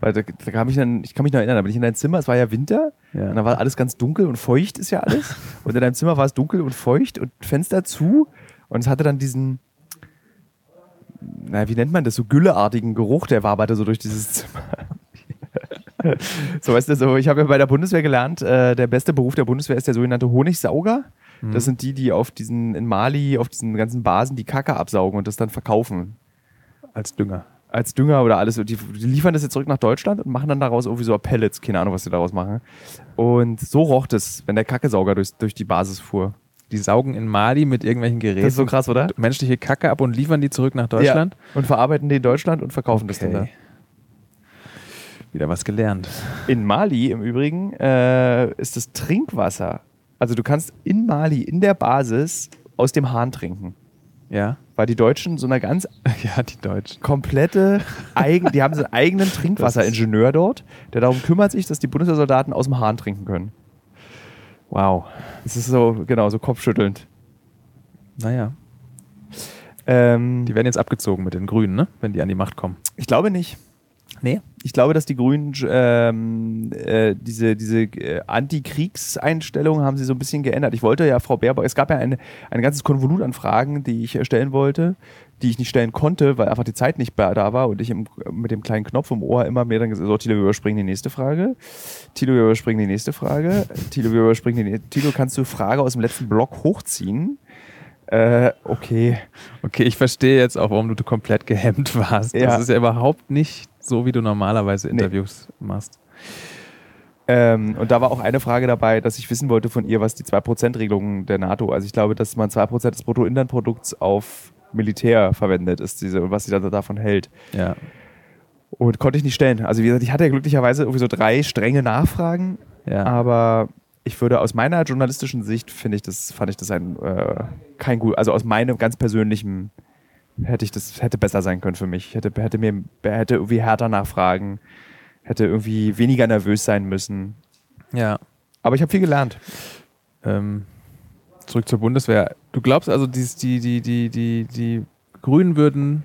Weil da, da kam ich dann, ich kann mich noch erinnern, da bin ich in dein Zimmer, es war ja Winter
Ja.
und da war alles ganz dunkel und feucht ist ja alles. und in deinem Zimmer war es dunkel und feucht und Fenster zu und es hatte dann diesen, na, wie nennt man das, so gülleartigen Geruch, der waberte so durch dieses Zimmer. <laughs> so weißt du, so, ich habe ja bei der Bundeswehr gelernt, äh, der beste Beruf der Bundeswehr ist der sogenannte Honigsauger. Das sind die, die auf diesen, in Mali, auf diesen ganzen Basen die Kacke absaugen und das dann verkaufen
Als Dünger.
als Dünger oder alles. Und Die, die liefern das jetzt zurück nach Deutschland und machen dann daraus irgendwie so Pellets. Keine Ahnung, was sie daraus machen. Und so roch das, wenn der Kackesauger durch, durch die Basis fuhr.
Die saugen in Mali mit irgendwelchen Geräten
Das ist so krass, oder?
menschliche Kacke ab und liefern die zurück nach Deutschland.
Ja. Und verarbeiten die in Deutschland und verkaufen das dann da.
Okay. Wieder was gelernt.
In Mali im Übrigen äh, ist das Trinkwasser. Also du kannst in Mali, in der Basis, aus dem Hahn trinken. <laughs>
Ja.
Weil die Deutschen so eine ganz
Ja, die Deutschen.
komplette, eigen, die haben so einen eigenen Trinkwasseringenieur dort, der darum kümmert sich, dass die Bundeswehrsoldaten aus dem Hahn trinken können.
Wow.
Es ist so, genau, so kopfschüttelnd.
Naja.
Ähm,
Die werden jetzt abgezogen mit den Grünen, ne? Wenn die an die Macht kommen.
ich glaube nicht.
Nee.
Ich glaube, dass die Grünen ähm, äh, diese, diese äh, Anti-Kriegseinstellung haben sie so ein bisschen geändert. Ich wollte ja Frau Baerbock, es gab ja eine, ein ganzes Konvolut an Fragen, die ich äh, stellen wollte, die ich nicht stellen konnte, weil einfach die Zeit nicht ba- da war und ich im, mit dem kleinen Knopf im Ohr immer mir dann gesagt so Thilo, wir überspringen die nächste Frage. Thilo, wir überspringen die nächste Frage. Thilo, wir überspringen die nächste Thilo, kannst du Frage aus dem letzten Block hochziehen? Äh, okay.
Okay, ich verstehe jetzt auch, warum du komplett gehemmt <laughs> warst.
Ja.
Das ist ja überhaupt nicht so, wie du normalerweise Interviews machst.
Ähm, und da war auch eine Frage dabei, dass ich wissen wollte von ihr, was die 2%-Regelung der NATO, also ich glaube, dass man 2% des Bruttoinlandprodukts auf Militär verwendet ist, diese, und was sie da, davon hält.
Ja.
Und konnte ich nicht stellen. Also wie gesagt, ich hatte ja glücklicherweise irgendwie so drei strenge Nachfragen,
Ja.
aber ich würde aus meiner journalistischen Sicht, finde ich das, fand ich das ein, äh, kein gut, also aus meinem ganz persönlichen hätte ich das, hätte besser sein können für mich. Ich hätte, hätte mir, hätte irgendwie härter nachfragen, hätte irgendwie weniger nervös sein müssen.
Ja.
Aber ich habe viel gelernt.
Ähm, zurück zur Bundeswehr. Du glaubst also, dies, die, die, die, die, die Grünen würden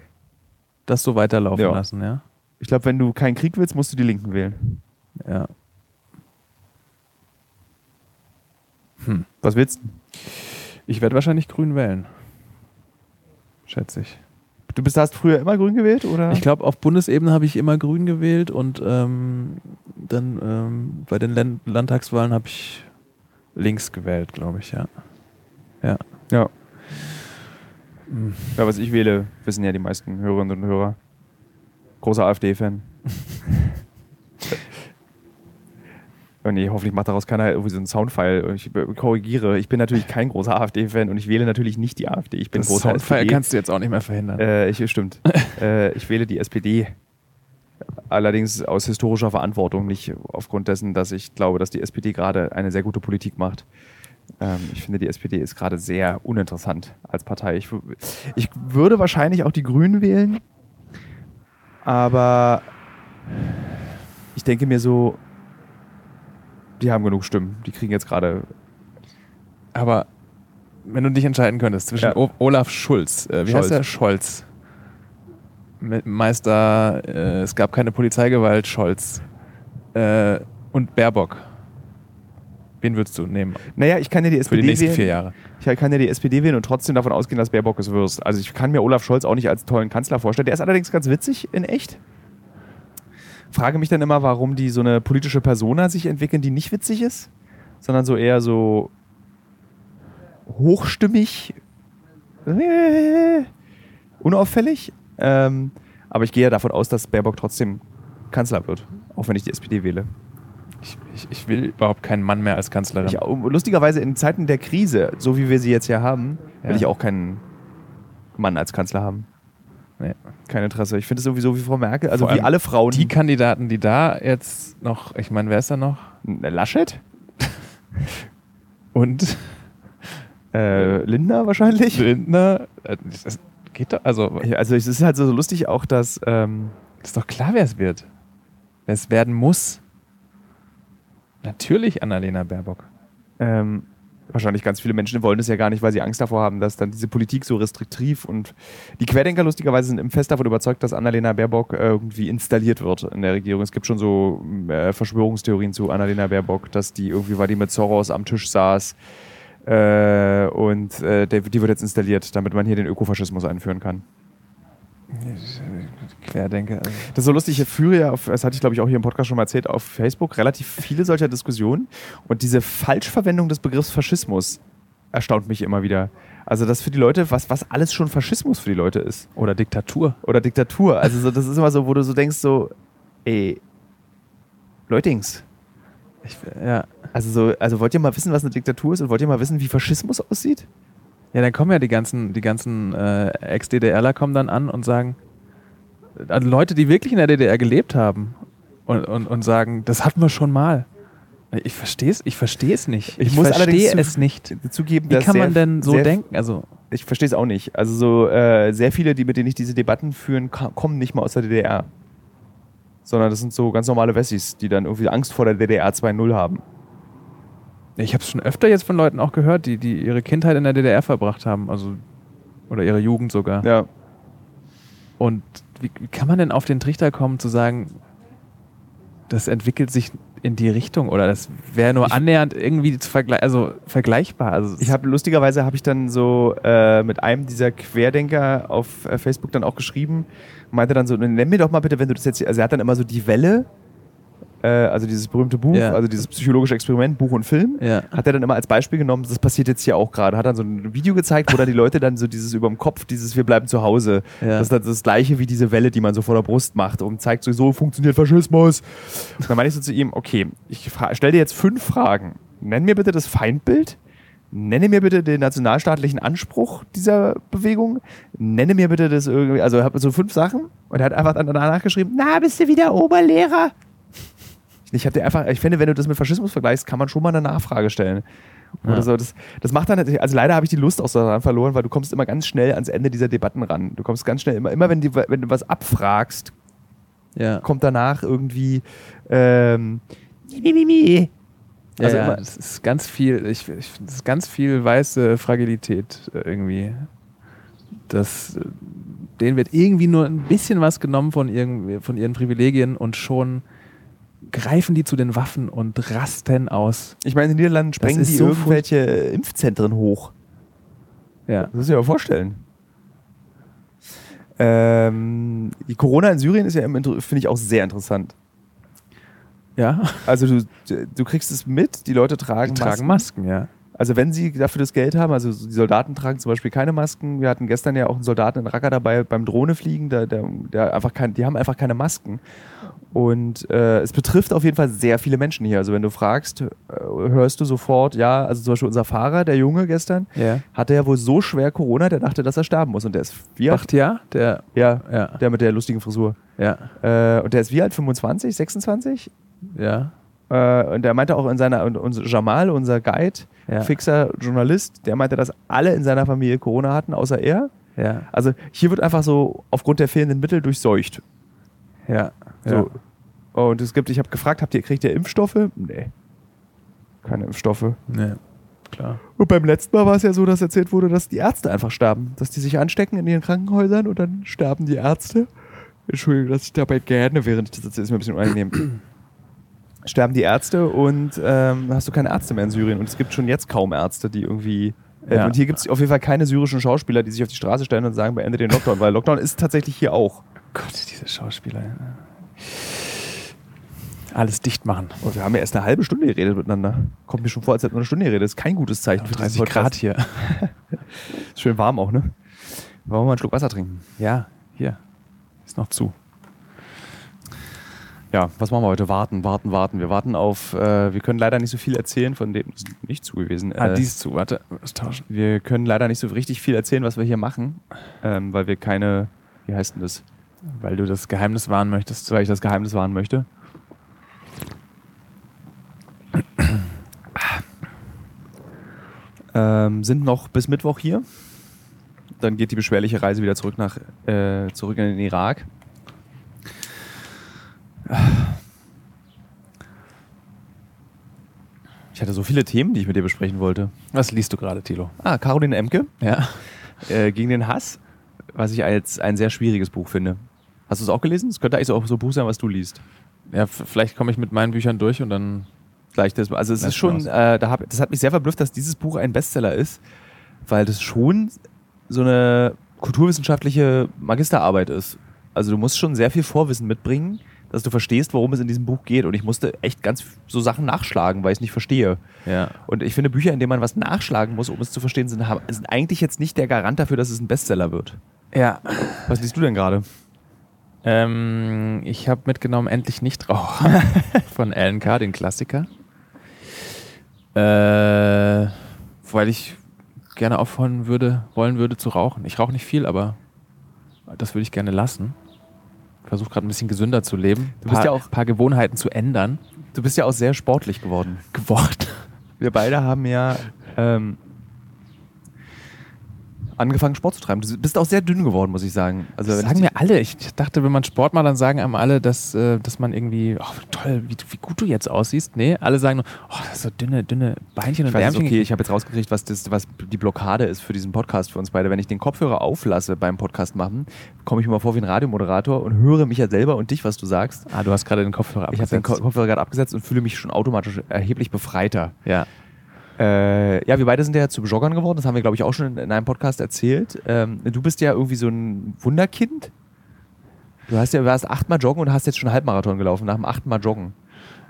das so weiterlaufen
Ja.
lassen, ja?
Ich glaube, wenn du keinen Krieg willst, musst du die Linken wählen.
Ja.
Was willst du?
Ich werde wahrscheinlich Grün wählen. Schätze ich.
Du bist, hast früher immer grün gewählt, oder?
Ich glaube, auf Bundesebene habe ich immer Grün gewählt und ähm, dann ähm, bei den Län- Landtagswahlen habe ich links gewählt, glaube ich, ja.
ja. ja. Was ich wähle, wissen ja die meisten Hörerinnen und Hörer. Großer <laughs> AfD-Fan. oh nee, hoffentlich macht daraus keiner irgendwie so einen Soundfile. Und Ich korrigiere, ich bin natürlich kein großer AfD-Fan und ich wähle natürlich nicht die AfD. Ich bin
Den
großer E.
Soundfall
SPD.
halt, kannst du jetzt auch nicht mehr verhindern.
Äh, ich, stimmt.
<laughs>
äh, ich wähle die SPD. Allerdings aus historischer Verantwortung, nicht aufgrund dessen, dass ich glaube, dass die SPD gerade eine sehr gute Politik macht. Ähm, ich finde, die SPD ist gerade sehr uninteressant als Partei. Ich, w- ich würde wahrscheinlich auch die Grünen wählen, aber ich denke mir so, die haben genug Stimmen. Die kriegen jetzt gerade
Aber wenn du dich entscheiden könntest zwischen
Ja.
O- Olaf Schulz, äh, wie
Scholz.
heißt der? Scholz. Me- Meister, äh, es gab keine Polizeigewalt, Scholz. Äh, und Baerbock. Wen würdest du nehmen
Naja, ich kann ja die
für
SPD
die nächsten
wählen.
vier Jahre?
Ich kann ja die SPD wählen und trotzdem davon ausgehen, dass Baerbock es wirst. Also ich kann mir Olaf Scholz auch nicht als tollen Kanzler vorstellen. Der ist allerdings ganz witzig in echt. Frage mich dann immer, warum die so eine politische Persona sich entwickeln, die nicht witzig ist, sondern so eher so hochstimmig, äh, unauffällig. Ähm, aber ich gehe ja davon aus, dass Baerbock trotzdem Kanzler wird, auch wenn ich die SPD wähle.
Ich, ich, ich will überhaupt keinen Mann mehr als Kanzlerin.
Ich, um, lustigerweise in Zeiten der Krise, so wie wir sie jetzt hier haben, will
Ja.
ich auch keinen Mann als Kanzler haben.
Nee.
Kein Interesse. Ich finde es sowieso wie Frau Merkel, also
Vor
wie
allem
alle Frauen.
Die Kandidaten, die da jetzt noch, ich meine, wer ist da noch?
Laschet?
Und
Äh, Lindner wahrscheinlich?
Lindner. Äh, Das geht doch, also
Ja, Also es ist halt so lustig auch, dass ähm,
ist doch klar, wer es wird. Wer es werden muss. Natürlich Annalena Baerbock.
ähm, wahrscheinlich ganz viele Menschen wollen das ja gar nicht, weil sie Angst davor haben, dass dann diese Politik so restriktiv und die Querdenker lustigerweise sind fest davon überzeugt, dass Annalena Baerbock äh, irgendwie installiert wird in der Regierung. Es gibt schon so äh, Verschwörungstheorien zu Annalena Baerbock, dass die irgendwie war die mit Soros am Tisch saß äh, und äh, der, die wird jetzt installiert, damit man hier den Ökofaschismus einführen kann.
Querdenker. Also.
Das ist so lustig, ich führe ja, auf, das hatte ich glaube ich auch hier im Podcast schon mal erzählt, auf Facebook relativ viele solcher Diskussionen und diese Falschverwendung des Begriffs Faschismus erstaunt mich immer wieder. Also das für die Leute, was, was alles schon Faschismus für die Leute ist.
Oder Diktatur.
Oder Diktatur. Also so, das ist immer so, wo du so denkst, so, ey, Leutings.
Ich, ja.
Also, so, also wollt ihr mal wissen, was eine Diktatur ist und wollt ihr mal wissen, wie Faschismus aussieht?
Ja, dann kommen ja die ganzen, die ganzen äh, Ex-DDRler kommen dann an und sagen, also Leute, die wirklich in der DDR gelebt haben und, und, und sagen, das hatten wir schon mal. Ich verstehe es, ich verstehe es nicht.
Ich muss allerdings
verstehe
zu-
es nicht.
Zugeben,
Wie
dass
kann
sehr-
man denn so
sehr-
denken? Also
Ich verstehe es auch nicht. Also so äh, sehr viele, die mit denen ich diese Debatten führen, ka- kommen nicht mal aus der DDR. Sondern das sind so ganz normale Wessis, die dann irgendwie Angst vor der DDR 2.0 haben.
ich habe es schon öfter jetzt von Leuten auch gehört, die, die ihre Kindheit in der DDR verbracht haben, also oder ihre Jugend sogar.
Ja.
Und wie, wie kann man denn auf den Trichter kommen zu sagen, das entwickelt sich in die Richtung oder das wäre nur
Ich-
annähernd irgendwie zu vergle also vergleichbar. Also es-
Ich habe lustigerweise habe ich dann so äh, mit einem dieser Querdenker auf äh, Facebook dann auch geschrieben, meinte dann so, nenn mir doch mal bitte, wenn du das jetzt, also er hat dann immer so die Welle, äh, also dieses berühmte Buch,
Ja.
also dieses psychologische Experiment, Buch und Film,
ja.
hat er dann immer als Beispiel genommen, das passiert jetzt hier auch gerade, hat dann so ein Video gezeigt, wo dann die Leute dann so dieses über dem Kopf, dieses wir bleiben zu Hause,
Ja.
das ist dann das gleiche wie diese Welle, die man so vor der Brust macht und zeigt so, so funktioniert Faschismus. Und dann meine ich so zu ihm, okay, ich fra- stell dir jetzt fünf Fragen. Nenn mir bitte das Feindbild, nenne mir bitte den nationalstaatlichen Anspruch dieser Bewegung, nenne mir bitte das irgendwie, also habe so fünf Sachen und er hat einfach dann danach geschrieben, na, bist du wieder Oberlehrer? Ich habe dir einfach, ich finde, wenn du das mit Faschismus vergleichst, kann man schon mal eine Nachfrage stellen. Oder
Ja.
so. das, das macht dann natürlich, also leider habe ich die Lust auch so daran verloren, weil du kommst immer ganz schnell ans Ende dieser Debatten ran. Du kommst ganz schnell, immer, immer wenn, die, wenn du was abfragst,
ja.
kommt danach irgendwie ähm, Mimimi.
Ja,
Also
ja,
immer-
es ist ganz viel, ich, ich finde, es ist ganz viel weiße Fragilität äh, irgendwie. Das, äh, denen wird irgendwie nur ein bisschen was genommen von, irgendwie, von ihren Privilegien und schon greifen die zu den Waffen und rasten aus.
Ich meine, in den Niederlanden sprengen
ist
die
so
irgendwelche Impfzentren hoch.
Ja.
Das muss ich mir mal vorstellen. Ähm, die Corona in Syrien ist ja, im Inter- finde ich, auch sehr interessant.
Ja,
Also du, du kriegst es mit, die Leute tragen, Masken.
Masken, ja.
Also wenn sie dafür das Geld haben, also die Soldaten tragen zum Beispiel keine Masken. Wir hatten gestern ja auch einen Soldaten in Raqqa dabei beim Drohnefliegen, der, der, der einfach kein, die haben einfach keine Masken. Und äh, es betrifft auf jeden Fall sehr viele Menschen hier. Also wenn du fragst, äh, hörst du sofort, ja, also zum Beispiel unser Fahrer, der Junge gestern,
Ja.
hatte ja wohl so schwer Corona, der dachte, dass er sterben muss. Und der ist wie alt?
Bachtiar, der,
Ja,
ja,
der mit der lustigen Frisur.
ja,
Äh, und der ist wie alt? 25, 26?
ja.
Äh, und der meinte auch in seiner, und, und Jamal, unser Guide,
Ja.
fixer Journalist, der meinte, dass alle in seiner Familie Corona hatten, außer er.
Ja,
Also hier wird einfach so aufgrund der fehlenden Mittel durchseucht.
ja. ja.
So. Und es gibt, ich habe gefragt, habt ihr, kriegt ihr Impfstoffe? Nee. Keine Impfstoffe.
Nee. Klar.
Und beim letzten Mal war es ja so, dass erzählt wurde, dass die Ärzte einfach sterben. Dass die sich anstecken in ihren Krankenhäusern und dann sterben die Ärzte. Entschuldigung, dass ich dabei gerne während ich das erzähle, ist mir ein bisschen
<clears throat>
unangenehm. sterben die Ärzte und ähm, hast du keine Ärzte mehr in Syrien. Und es gibt schon jetzt kaum Ärzte, die irgendwie. Äh,
Ja.
Und hier gibt es auf jeden Fall keine syrischen Schauspieler, die sich auf die Straße stellen und sagen, beende den Lockdown, weil Lockdown ist tatsächlich hier auch.
Gott, diese Schauspieler. ja. Alles dicht machen.
Und wir haben ja erst eine halbe Stunde geredet miteinander. Kommt mir schon vor, als hätten wir eine Stunde geredet. Ist kein gutes Zeichen für diesen
30
Podcast.
Grad hier.
Ist schön warm auch, ne? Wollen wir mal einen Schluck Wasser trinken?
Ja, hier. Ist noch zu.
Ja, was machen wir heute? Warten, warten, warten. Wir warten auf. Äh, wir können leider nicht so viel erzählen von dem. Das ist nicht zu gewesen.
Ah,
äh,
die ist zu. Warte, was tauschen.
wir können leider nicht so richtig viel erzählen, was wir hier machen, ähm, weil wir keine. Wie heißt denn das?
Weil du das Geheimnis wahren möchtest.
Weil ich das Geheimnis wahren möchte. <clears throat> Ähm, sind noch bis Mittwoch hier. Dann geht die beschwerliche Reise wieder zurück nach äh, zurück in den Irak. Ich Ich hatte so viele Themen, die ich mit dir besprechen wollte.
Was liest du gerade, Thilo?
Ah, Caroline Emke
Ja.
äh, gegen den Hass, was ich als ein sehr schwieriges Buch finde. Hast du es auch gelesen? Es könnte eigentlich auch so ein Buch sein, was du liest.
Ja, f- vielleicht komme ich mit meinen Büchern durch und dann.
Gleich das. Also es
Lass
ist schon,
mal
äh, da hab, das hat mich sehr verblüfft, dass dieses Buch ein Bestseller ist, weil das schon so eine kulturwissenschaftliche Magisterarbeit ist. Also du musst schon sehr viel Vorwissen mitbringen, dass du verstehst, worum es in diesem Buch geht. Und ich musste echt ganz so Sachen nachschlagen, weil ich es nicht verstehe.
Ja.
Und ich finde, Bücher, in denen man was nachschlagen muss, um es zu verstehen, sind, haben- sind eigentlich jetzt nicht der Garant dafür, dass es ein Bestseller wird.
Ja.
Was liest du denn gerade?
Ähm, ich habe mitgenommen
<laughs>
Endlich Nichtraucher von Alan Carr, den Klassiker. Äh, weil ich gerne aufhören würde, wollen würde zu rauchen. Ich rauche nicht viel, aber das würde ich gerne lassen. Versuche gerade ein bisschen gesünder zu leben.
Du bist
paar,
ja auch-
paar Gewohnheiten zu ändern.
Du bist ja auch sehr sportlich geworden.
Geworden.
Wir beide haben ja ähm, angefangen, Sport zu treiben. Du bist auch sehr dünn geworden, muss ich sagen. Also,
Das
wenn
sagen
ich,
mir alle. Ich dachte, wenn man Sport macht, dann sagen einem alle, dass, äh, dass man irgendwie, oh, toll, wie, wie gut du jetzt aussiehst. Nee, alle sagen nur, oh, das ist so dünne, dünne
ich
Beinchen und
weiß nicht,
Ärmchen.
okay, ich habe jetzt rausgekriegt, was, das, was die Blockade ist für diesen Podcast für uns beide. Wenn ich den Kopfhörer auflasse beim Podcast machen, komme ich mir mal vor wie ein Radiomoderator und höre mich ja selber und dich, was du sagst.
Ah, du hast gerade den Kopfhörer
Ich habe
abgesetzt.
den Ko- Kopfhörer gerade abgesetzt und fühle mich schon automatisch erheblich befreiter.
Ja.
Äh, ja, wir beide sind ja zu Joggern geworden. Das haben wir, glaube ich, auch schon in, in einem Podcast erzählt. Ähm, du bist ja irgendwie so ein Wunderkind. Du hast ja, warst achtmal joggen und hast jetzt schon Halbmarathon gelaufen, nach dem achtmal joggen.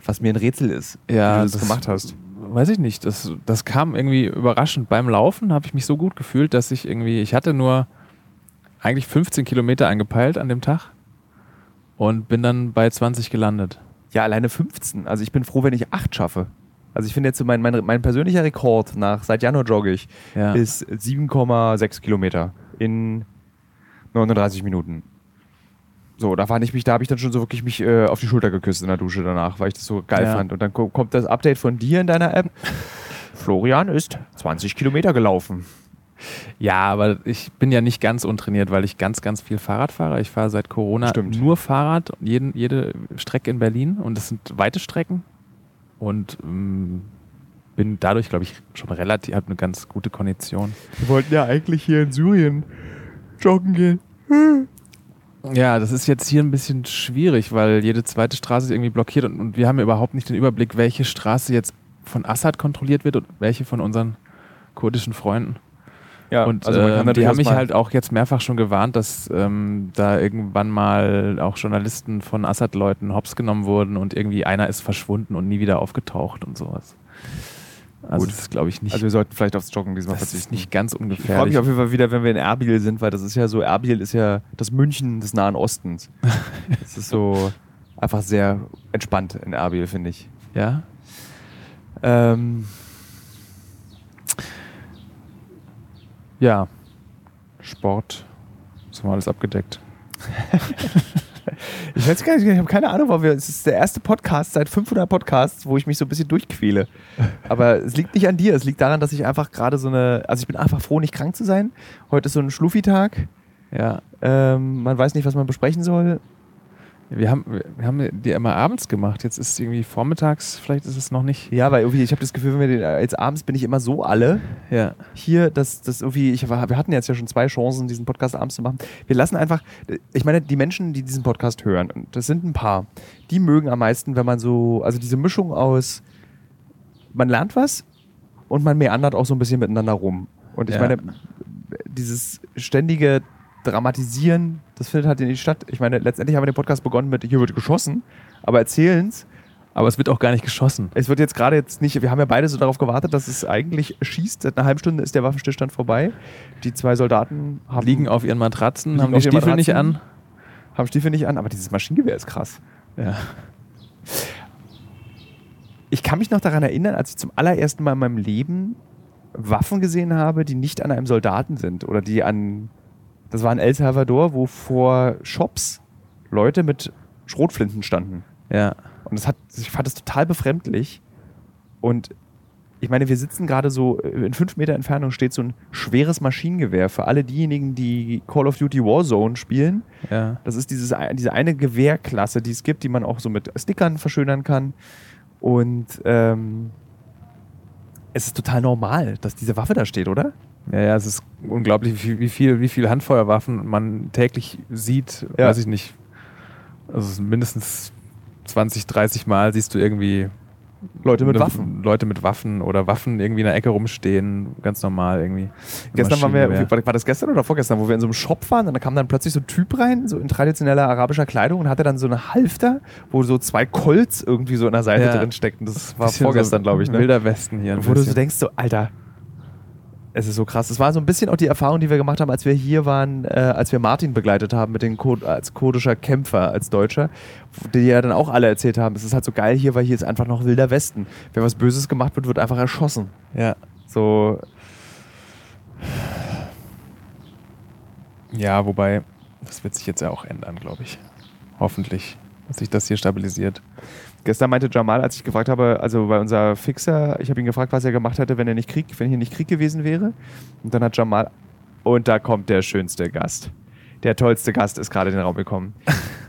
Was mir ein Rätsel ist,
Ja,
wie du das,
das-
gemacht hast.
Weiß ich nicht. Das, das kam irgendwie überraschend. Beim Laufen habe ich mich so gut gefühlt, dass ich irgendwie, ich hatte nur eigentlich 15 Kilometer angepeilt an dem Tag und bin dann bei 20 gelandet.
Ja, alleine 15. Also ich bin froh, wenn ich acht schaffe. Also ich finde jetzt so mein, mein, mein persönlicher Rekord nach seit Januar jogge ich
Ja.
ist 7,6 Kilometer in 39 Minuten. So, da fand ich mich, da habe ich dann schon so wirklich mich äh, auf die Schulter geküsst in der Dusche danach, weil ich das so geil
Ja.
fand. Und dann ko kommt das Update von dir in deiner App. Florian ist 20 Kilometer gelaufen.
Ja, aber ich bin ja nicht ganz untrainiert, weil ich ganz, ganz viel Fahrrad fahre. Ich fahre seit Corona
Stimmt.
nur Fahrrad, jeden, jede Strecke in Berlin und das sind weite Strecken und ähm, bin dadurch, glaube ich, schon relativ, habe eine ganz gute Kondition.
Wir wollten ja eigentlich hier in Syrien joggen gehen.
Ja, das ist jetzt hier ein bisschen schwierig, weil jede zweite Straße ist irgendwie blockiert und, und wir haben ja überhaupt nicht den Überblick, welche Straße jetzt von Assad kontrolliert wird und welche von unseren kurdischen Freunden.
Ja,
und
also man kann
äh, die
natürlich
haben mich
erstmal-
halt auch jetzt mehrfach schon gewarnt, dass ähm, da irgendwann mal auch Journalisten von Assad-Leuten hops genommen wurden und irgendwie einer ist verschwunden und nie wieder aufgetaucht und sowas. Also
Gut.
das ist, glaube ich, nicht,
Also wir sollten vielleicht aufs Joggen diesmal
das ist
verzichten.
nicht ganz
Ich freue mich
ungefährlich.
auf jeden Fall wieder, wenn wir in Erbil sind, weil das ist ja so, Erbil ist ja das München des Nahen Ostens. <laughs> Es ist so einfach sehr entspannt in Erbil, finde ich.
ja?
Ähm,
ja, Sport, ist mal alles abgedeckt.
ich weiß gar nicht, ich habe keine Ahnung, warum wir, es ist der erste Podcast seit 500 Podcasts, wo ich mich so ein bisschen durchquäle. Aber es liegt nicht an dir, es liegt daran, dass ich einfach gerade so eine, also ich bin einfach froh, nicht krank zu sein. Heute ist so ein Schluffi-Tag.
Ja,
Ähm, man weiß nicht, was man besprechen soll.
Wir haben, wir haben die immer abends gemacht. Jetzt ist irgendwie vormittags, vielleicht ist es noch nicht.
Ja, weil irgendwie, ich habe das Gefühl, wenn wir den, äh, jetzt abends bin ich immer so alle,
Ja.
hier, dass das irgendwie, ich, war- wir hatten jetzt ja schon zwei Chancen, diesen Podcast abends zu machen. Wir lassen einfach, ich meine, die Menschen, die diesen Podcast hören, und das sind ein paar, die mögen am meisten, wenn man so, also diese Mischung aus, man lernt was und man meandert auch so ein bisschen miteinander rum. Und ich
Ja.
meine, dieses ständige Dramatisieren, das findet halt in statt. Ich meine, letztendlich haben wir den Podcast begonnen mit, hier wird geschossen, aber erzählen's
Aber es wird auch gar nicht geschossen.
es wird jetzt gerade jetzt nicht, wir haben ja beide so darauf gewartet, dass es eigentlich schießt. Seit einer halben Stunde ist der Waffenstillstand vorbei. Die zwei Soldaten haben,
Liegen auf ihren Matratzen,
Liegen
haben die
auf ihren
Stiefel nicht
Matratzen.
an.
haben Stiefel nicht an, aber dieses Maschinengewehr ist krass.
Ja.
Ich kann mich noch daran erinnern, als ich zum allerersten Mal in meinem Leben Waffen gesehen habe, die nicht an einem Soldaten sind oder die an, das war in El Salvador, wo vor Shops Leute mit Schrotflinten standen.
Ja.
Und das hat, ich fand das total befremdlich. Und ich meine, wir sitzen gerade so, äh, in fünf Meter Entfernung steht so ein schweres Maschinengewehr für alle diejenigen, die Call of Duty Warzone spielen.
Ja.
Das ist dieses, ein- diese eine Gewehrklasse, die es gibt, die man auch so mit Stickern verschönern kann. Und ähm, es ist total normal, dass diese Waffe da steht, oder?
Ja, ja, es ist unglaublich, wie viel, wie viel, wie viel Handfeuerwaffen man täglich sieht,
Ja.
weiß ich nicht. Also es sind mindestens 20, 30 Mal siehst du irgendwie
Leute mit
eine-
Waffen.
Leute mit Waffen oder Waffen irgendwie in der Ecke rumstehen, ganz normal irgendwie.
Gestern waren wir,
Maschinengewehr.
war war das gestern oder vorgestern, wo wir in so einem Shop waren und da kam dann plötzlich so ein Typ rein, so in traditioneller arabischer Kleidung und hatte dann so eine Halfter, wo so zwei Colts irgendwie so in der Seite
Ja.
drin steckten. Das war
Bisschen
vorgestern,
so
glaube ich. Ne?
Wilder Westen hier. ein
Wo du so
bisschen.
denkst, so, Alter, es ist so krass. Das war so ein bisschen auch die Erfahrung, die wir gemacht haben, als wir hier waren, äh, als wir Martin begleitet haben mit den Ko als kurdischer Kämpfer, als Deutscher, die ja dann auch alle erzählt haben, es ist halt so geil hier, weil hier ist einfach noch wilder Westen. Wenn was Böses gemacht wird, wird einfach erschossen.
ja.
So,
ja, wobei, das wird sich jetzt ja auch ändern, glaube ich. Hoffentlich, dass sich das hier stabilisiert.
Gestern meinte Jamal, als ich gefragt habe, also bei unser Fixer, ich habe ihn gefragt, was er gemacht hätte, wenn er nicht Krieg, wenn hier nicht Krieg gewesen wäre. Und dann hat Jamal, und da kommt der schönste Gast. Der tollste Gast ist gerade in den Raum gekommen.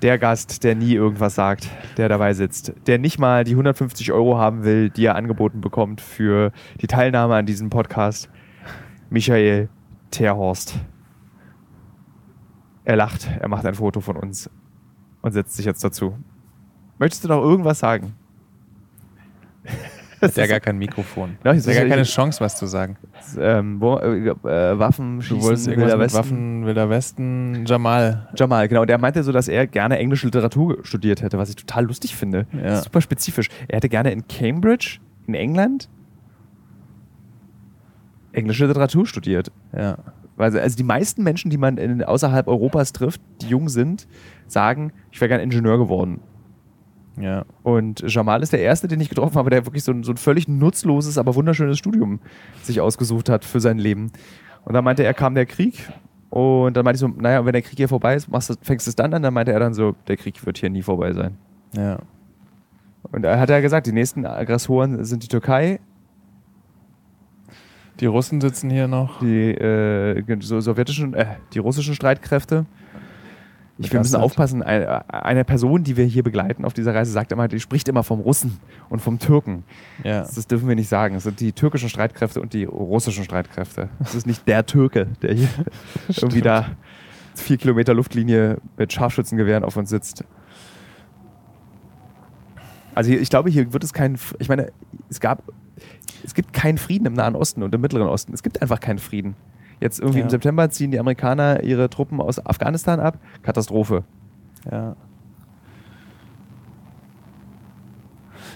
Der Gast, der nie irgendwas sagt, der dabei sitzt, der nicht mal die 150 Euro haben will, die er angeboten bekommt für die Teilnahme an diesem Podcast. Michael Terhorst. Er lacht, er macht ein Foto von uns und setzt sich jetzt dazu. Möchtest du noch irgendwas sagen? <laughs>
Hat ja gar kein Mikrofon.
Ja,
Hat ja gar
ich-
keine Chance, was zu sagen.
ähm, wo, äh, äh, Waffen
Du
schießen,
wolltest irgendwas
Wilder
mit
Westen.
Waffen, Wilder Westen, Jamal.
Jamal, genau. Der meinte so, dass er gerne englische Literatur studiert hätte, was ich total lustig finde.
Ja.
Das ist Super spezifisch. Er hätte gerne in Cambridge, in England, englische Literatur studiert.
Ja.
Also, also die meisten Menschen, die man in, außerhalb Europas trifft, die jung sind, sagen, ich wäre gerne Ingenieur geworden.
Ja.
Und Jamal ist der Erste, den ich getroffen habe, der wirklich so ein, so ein völlig nutzloses, aber wunderschönes Studium sich ausgesucht hat für sein Leben. Und dann meinte er, kam der Krieg. Und dann meinte ich so, naja, wenn der Krieg hier vorbei ist, machst du, fängst du es dann an? Dann meinte er dann so, der Krieg wird hier nie vorbei sein.
Ja.
Und er hat ja gesagt, die nächsten Aggressoren sind die Türkei,
Die Russen sitzen hier noch.
die äh, so sowjetischen, äh, die russischen Streitkräfte. Ich, wir müssen
Begeistert.
aufpassen, ein- eine Person, die wir hier begleiten auf dieser Reise, sagt immer, die spricht immer vom Russen und vom Türken.
Ja.
Das, das dürfen wir nicht sagen. Es sind die türkischen Streitkräfte und die russischen Streitkräfte. Es ist nicht der Türke, der <laughs> hier irgendwie da vier Kilometer Luftlinie mit Scharfschützengewehren auf uns sitzt. Also hier, ich glaube, hier wird es keinen. F- Ich meine, es gab, es gibt keinen Frieden im Nahen Osten und im Mittleren Osten. Es gibt einfach keinen Frieden. Jetzt irgendwie
Ja.
im September ziehen die Amerikaner ihre Truppen aus Afghanistan ab. Katastrophe.
Ja.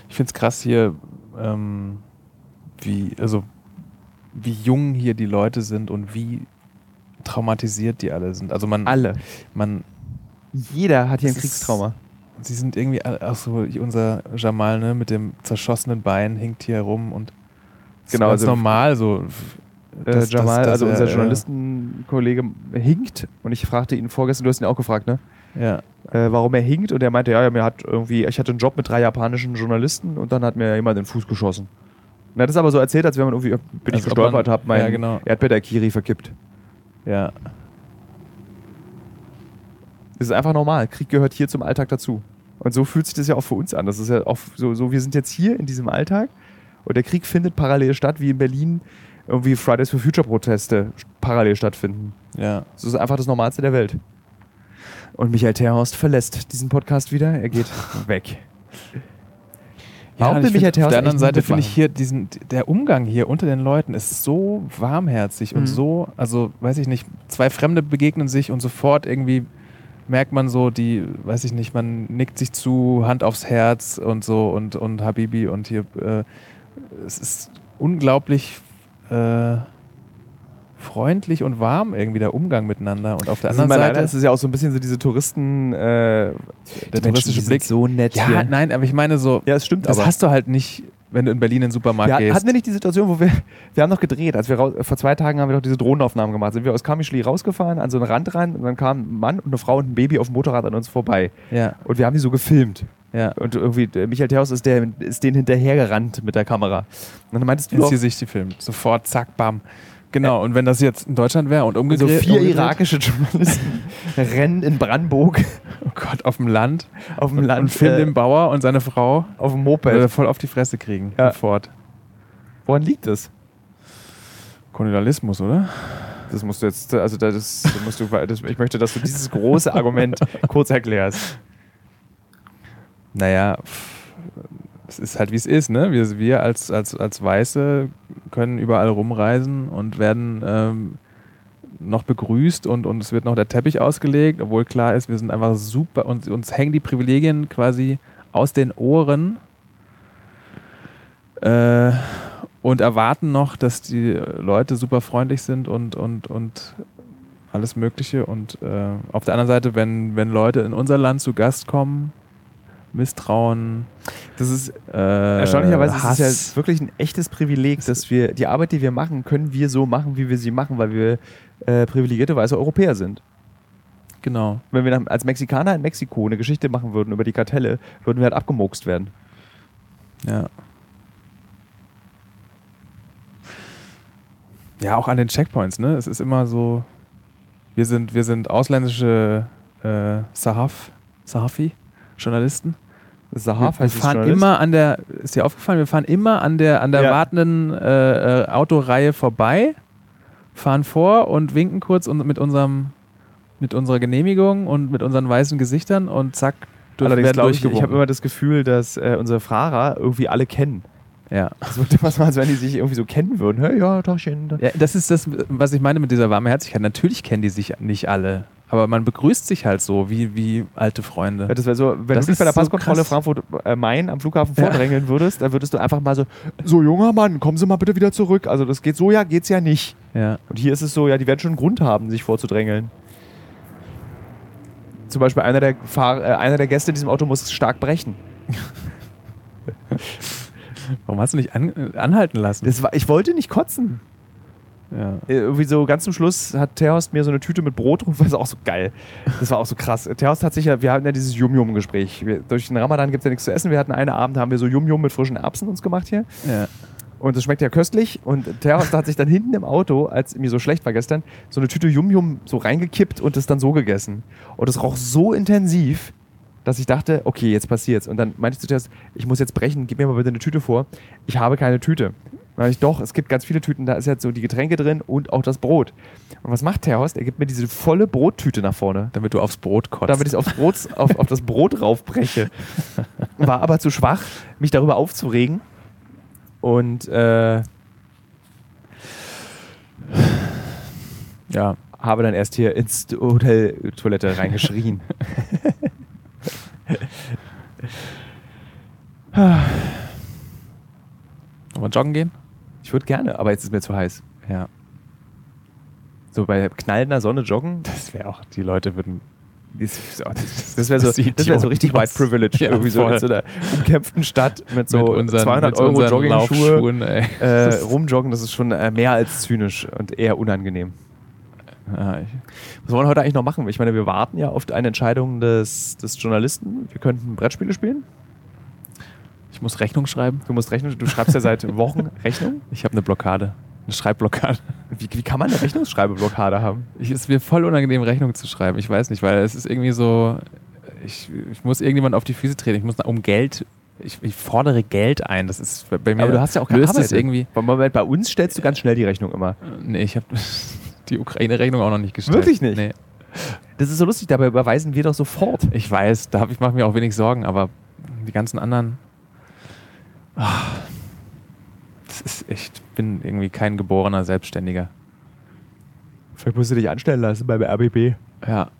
Ich finde es krass hier, ähm, wie, also, wie jung hier die Leute sind und wie traumatisiert die alle sind. Also man,
Alle.
man,
Jeder hat hier
Das
ein
ist-
Kriegstrauma.
sie sind irgendwie, alle- ach so, unser Jamal, ne, mit dem zerschossenen Bein hinkt hier rum und das
Genau,
ist ganz
also-
normal so.
äh,
dass-
Jamal,
dass- dass
also
er,
unser
äh,
Journalistenkollege, hinkt. Und ich fragte ihn vorgestern, du hast ihn auch gefragt, ne?
Ja,
Äh, warum er hinkt. Und er meinte, ja, ja, mir hat irgendwie, ich hatte einen Job mit drei japanischen Journalisten und dann hat mir jemand den Fuß geschossen. Und er hat es aber so erzählt, als wäre man irgendwie, bin ich
Als ob
gestolpert,
man-
habe mein
Also ja, genau.
Erdbeerkiri verkippt.
ja,
Das ist einfach normal. Krieg gehört hier zum Alltag dazu. Und so fühlt sich das ja auch für uns an. Das ist ja auch so, so wir sind jetzt hier in diesem Alltag und der Krieg findet parallel statt, wie in Berlin irgendwie Fridays for Future Proteste parallel stattfinden.
ja.
Das ist einfach das Normalste der Welt. Und Michael Terhorst verlässt diesen Podcast wieder. Er <laughs> geht weg. Warum
und
will
ich
mich
find-
der Terrorist
Auf der anderen
eigentlich
Seite
mitmachen?
finde ich hier diesen, der Umgang hier unter den Leuten ist so warmherzig
Mhm.
und so, also weiß ich nicht, zwei Fremde begegnen sich und sofort irgendwie merkt man so, die, weiß ich nicht, man nickt sich zu, Hand aufs Herz und so und, und Habibi und hier, äh, es ist unglaublich äh, freundlich und warm irgendwie der Umgang miteinander und auf der
Das
anderen
ist mal
Seite
leider, es ist ja auch so ein bisschen so diese Touristen, äh,
der touristische Blick.
so nett
ja, nein, aber ich meine so,
ja, es stimmt,
das
aber.
hast du halt nicht, wenn du in Berlin in den Supermarkt
wir,
gehst.
hatten wir nicht die Situation, wo wir, wir haben noch gedreht, als wir raus, vor zwei Tagen haben wir doch diese Drohnenaufnahmen gemacht, sind wir aus Kamischli rausgefahren, an so einen Rand rein und dann kamen ein Mann und eine Frau und ein Baby auf dem Motorrad an uns vorbei
Ja,
und wir haben die so gefilmt
ja.
und irgendwie äh, Michael Theos ist, der, ist denen hinterhergerannt mit der Kamera und dann meintest du
Ist
doch,
die sich die filmt. Sofort, zack, bam. Genau, und wenn das jetzt in Deutschland wäre und
so
umgedreht.
Also vier
umgedreht-
irakische <laughs> Journalisten rennen in Brandenburg
Oh Gott, auf dem Land.
auf dem
Und
Land,
Phil,
äh,
den Bauer und seine Frau, äh,
auf dem Moped.
würde voll auf die Fresse kriegen.
Ja.
Sofort.
Woran liegt das?
Kolonialismus, oder?
Das musst du jetzt, also das, das musst du, das, ich möchte, dass du dieses große <laughs> Argument kurz erklärst.
Naja, pff, es ist halt wie es ist, ne? Wir, wir als, als, als Weiße können überall rumreisen und werden ähm, noch begrüßt und, und es wird noch der Teppich ausgelegt, obwohl klar ist, wir sind einfach super und uns hängen die Privilegien quasi aus den Ohren äh, und erwarten noch, dass die Leute super freundlich sind und, und, und alles Mögliche. Und äh, auf der anderen Seite, wenn, wenn Leute in unser Land zu Gast kommen, Misstrauen.
Das ist
Äh,
erstaunlicherweise
Hass.
ist es ja wirklich ein echtes Privileg, dass wir die Arbeit, die wir machen, können wir so machen, wie wir sie machen, weil wir äh, privilegierte weiße Europäer sind.
genau.
Wenn wir nach- als Mexikaner in Mexiko eine Geschichte machen würden über die Kartelle, würden wir halt abgemokst werden.
Ja. Ja, auch an den Checkpoints, ne? Es ist immer so, wir sind, wir sind ausländische äh, Sahaf, Sahafi, Journalisten.
Sahaf
wir
heißt es
fahren
Journalist.
immer an der, ist dir aufgefallen, wir fahren immer an der, an der
Ja.
wartenden äh, äh, Autoreihe vorbei, fahren vor und winken kurz und mit unserem, mit unserer Genehmigung und mit unseren weißen Gesichtern und zack, dürfen-
Allerdings
werden
glaube ich, ich
durchgewunken.
habe immer das Gefühl, dass äh, unsere Fahrer irgendwie alle kennen.
ja.
Es wirkt immer so, als wenn die sich irgendwie so kennen würden. Hey, ja, Tachchen.
Ja, das ist das, was ich meine mit dieser Warmherzigkeit. Natürlich kennen die sich nicht alle, aber man begrüßt sich halt so wie, wie alte Freunde.
Ja, Das wäre so, wenn
Das
du dich bei der
ist so
Passkontrolle
krass.
Frankfurt-Main am Flughafen
Ja.
vordrängeln würdest, dann würdest du einfach mal so, so junger Mann, kommen Sie mal bitte wieder zurück. Also das geht so, ja, geht's ja nicht.
Ja,
Und hier ist es so, ja, die werden schon einen Grund haben, sich vorzudrängeln. Zum Beispiel einer der, Fahr äh, einer der Gäste in diesem Auto muss stark brechen.
warum hast du nicht an, anhalten lassen?
Das war, ich wollte nicht kotzen.
Ja.
Äh, Irgendwie so ganz zum Schluss hat Terhorst mir so eine Tüte mit Brot <laughs> und war auch so geil. Das war auch so krass. Äh, Terhorst hat sich ja, wir hatten ja dieses Yum-Yum-Gespräch. Wir- Durch den Ramadan gibt es ja nichts zu essen. Wir hatten einen Abend, haben wir so Yum-Yum mit frischen Erbsen uns gemacht hier.
Ja.
Und das schmeckt ja köstlich. Und Terhorst hat sich dann hinten im Auto, als mir so schlecht war gestern, so eine Tüte Yum-Yum so reingekippt und das dann so gegessen. Und es roch so intensiv, dass ich dachte, okay, jetzt passiert's. Und dann meinte ich zu Terhorst, ich muss jetzt brechen, gib mir mal bitte eine Tüte vor. Ich habe keine Tüte. Dann meinte ich, doch, es gibt ganz viele Tüten, da ist jetzt so die Getränke drin und auch das Brot. Und was macht Terhorst? Er gibt mir diese volle Brottüte nach vorne
Damit du aufs Brot kotzt.
damit ich aufs Brot, auf, auf das Brot raufbreche. War aber zu schwach, mich darüber aufzuregen. Und äh,
ja.
habe dann erst hier ins Hoteltoilette reingeschrien.
Wollen wir joggen gehen?
Ich würde gerne, aber jetzt ist mir zu heiß.
Ja.
So bei knallender Sonne joggen,
Das wäre auch, die Leute würden.
das, das wäre so,
Das sieht
das wär so
Idioten
richtig White
aus.
Privilege.
Ja,
irgendwie so
voll.
in so einer umkämpften Stadt mit so
mit unseren,
200
mit
Euro
unseren
Jogging-Schuhe
Laufschuhen, ey.
äh,
Das-
rumjoggen. Das ist schon äh, mehr als zynisch und eher unangenehm.
ja, ich,
Was wollen wir heute eigentlich noch machen? Ich meine, wir warten ja auf eine Entscheidung des, des Journalisten. Wir könnten Brettspiele spielen.
ich muss Rechnung schreiben.
Du musst Rechnung, du schreibst ja <laughs> seit Wochen Rechnung.
Ich habe eine Blockade. Eine Schreibblockade.
Wie, wie kann man eine Rechnungsschreibeblockade haben?
Ich, es ist mir voll unangenehm, Rechnung zu schreiben. Ich weiß nicht, weil es ist irgendwie so, ich, ich muss irgendjemand auf die Füße treten. Ich muss um Geld, ich, ich fordere Geld ein. Das ist bei mir. löst es irgendwie.
Moment, bei uns stellst du ganz schnell die Rechnung immer.
Nee, ich habe <laughs> die Ukraine-Rechnung auch noch nicht gestellt.
Wirklich nicht?
Nee.
Das ist so lustig, dabei überweisen wir doch sofort.
Ich weiß, da hab, ich mache mir auch wenig Sorgen, aber die ganzen anderen. Ah. das ist echt, ich bin irgendwie kein geborener Selbstständiger.
Vielleicht musst du dich anstellen lassen beim RBB.
Ja.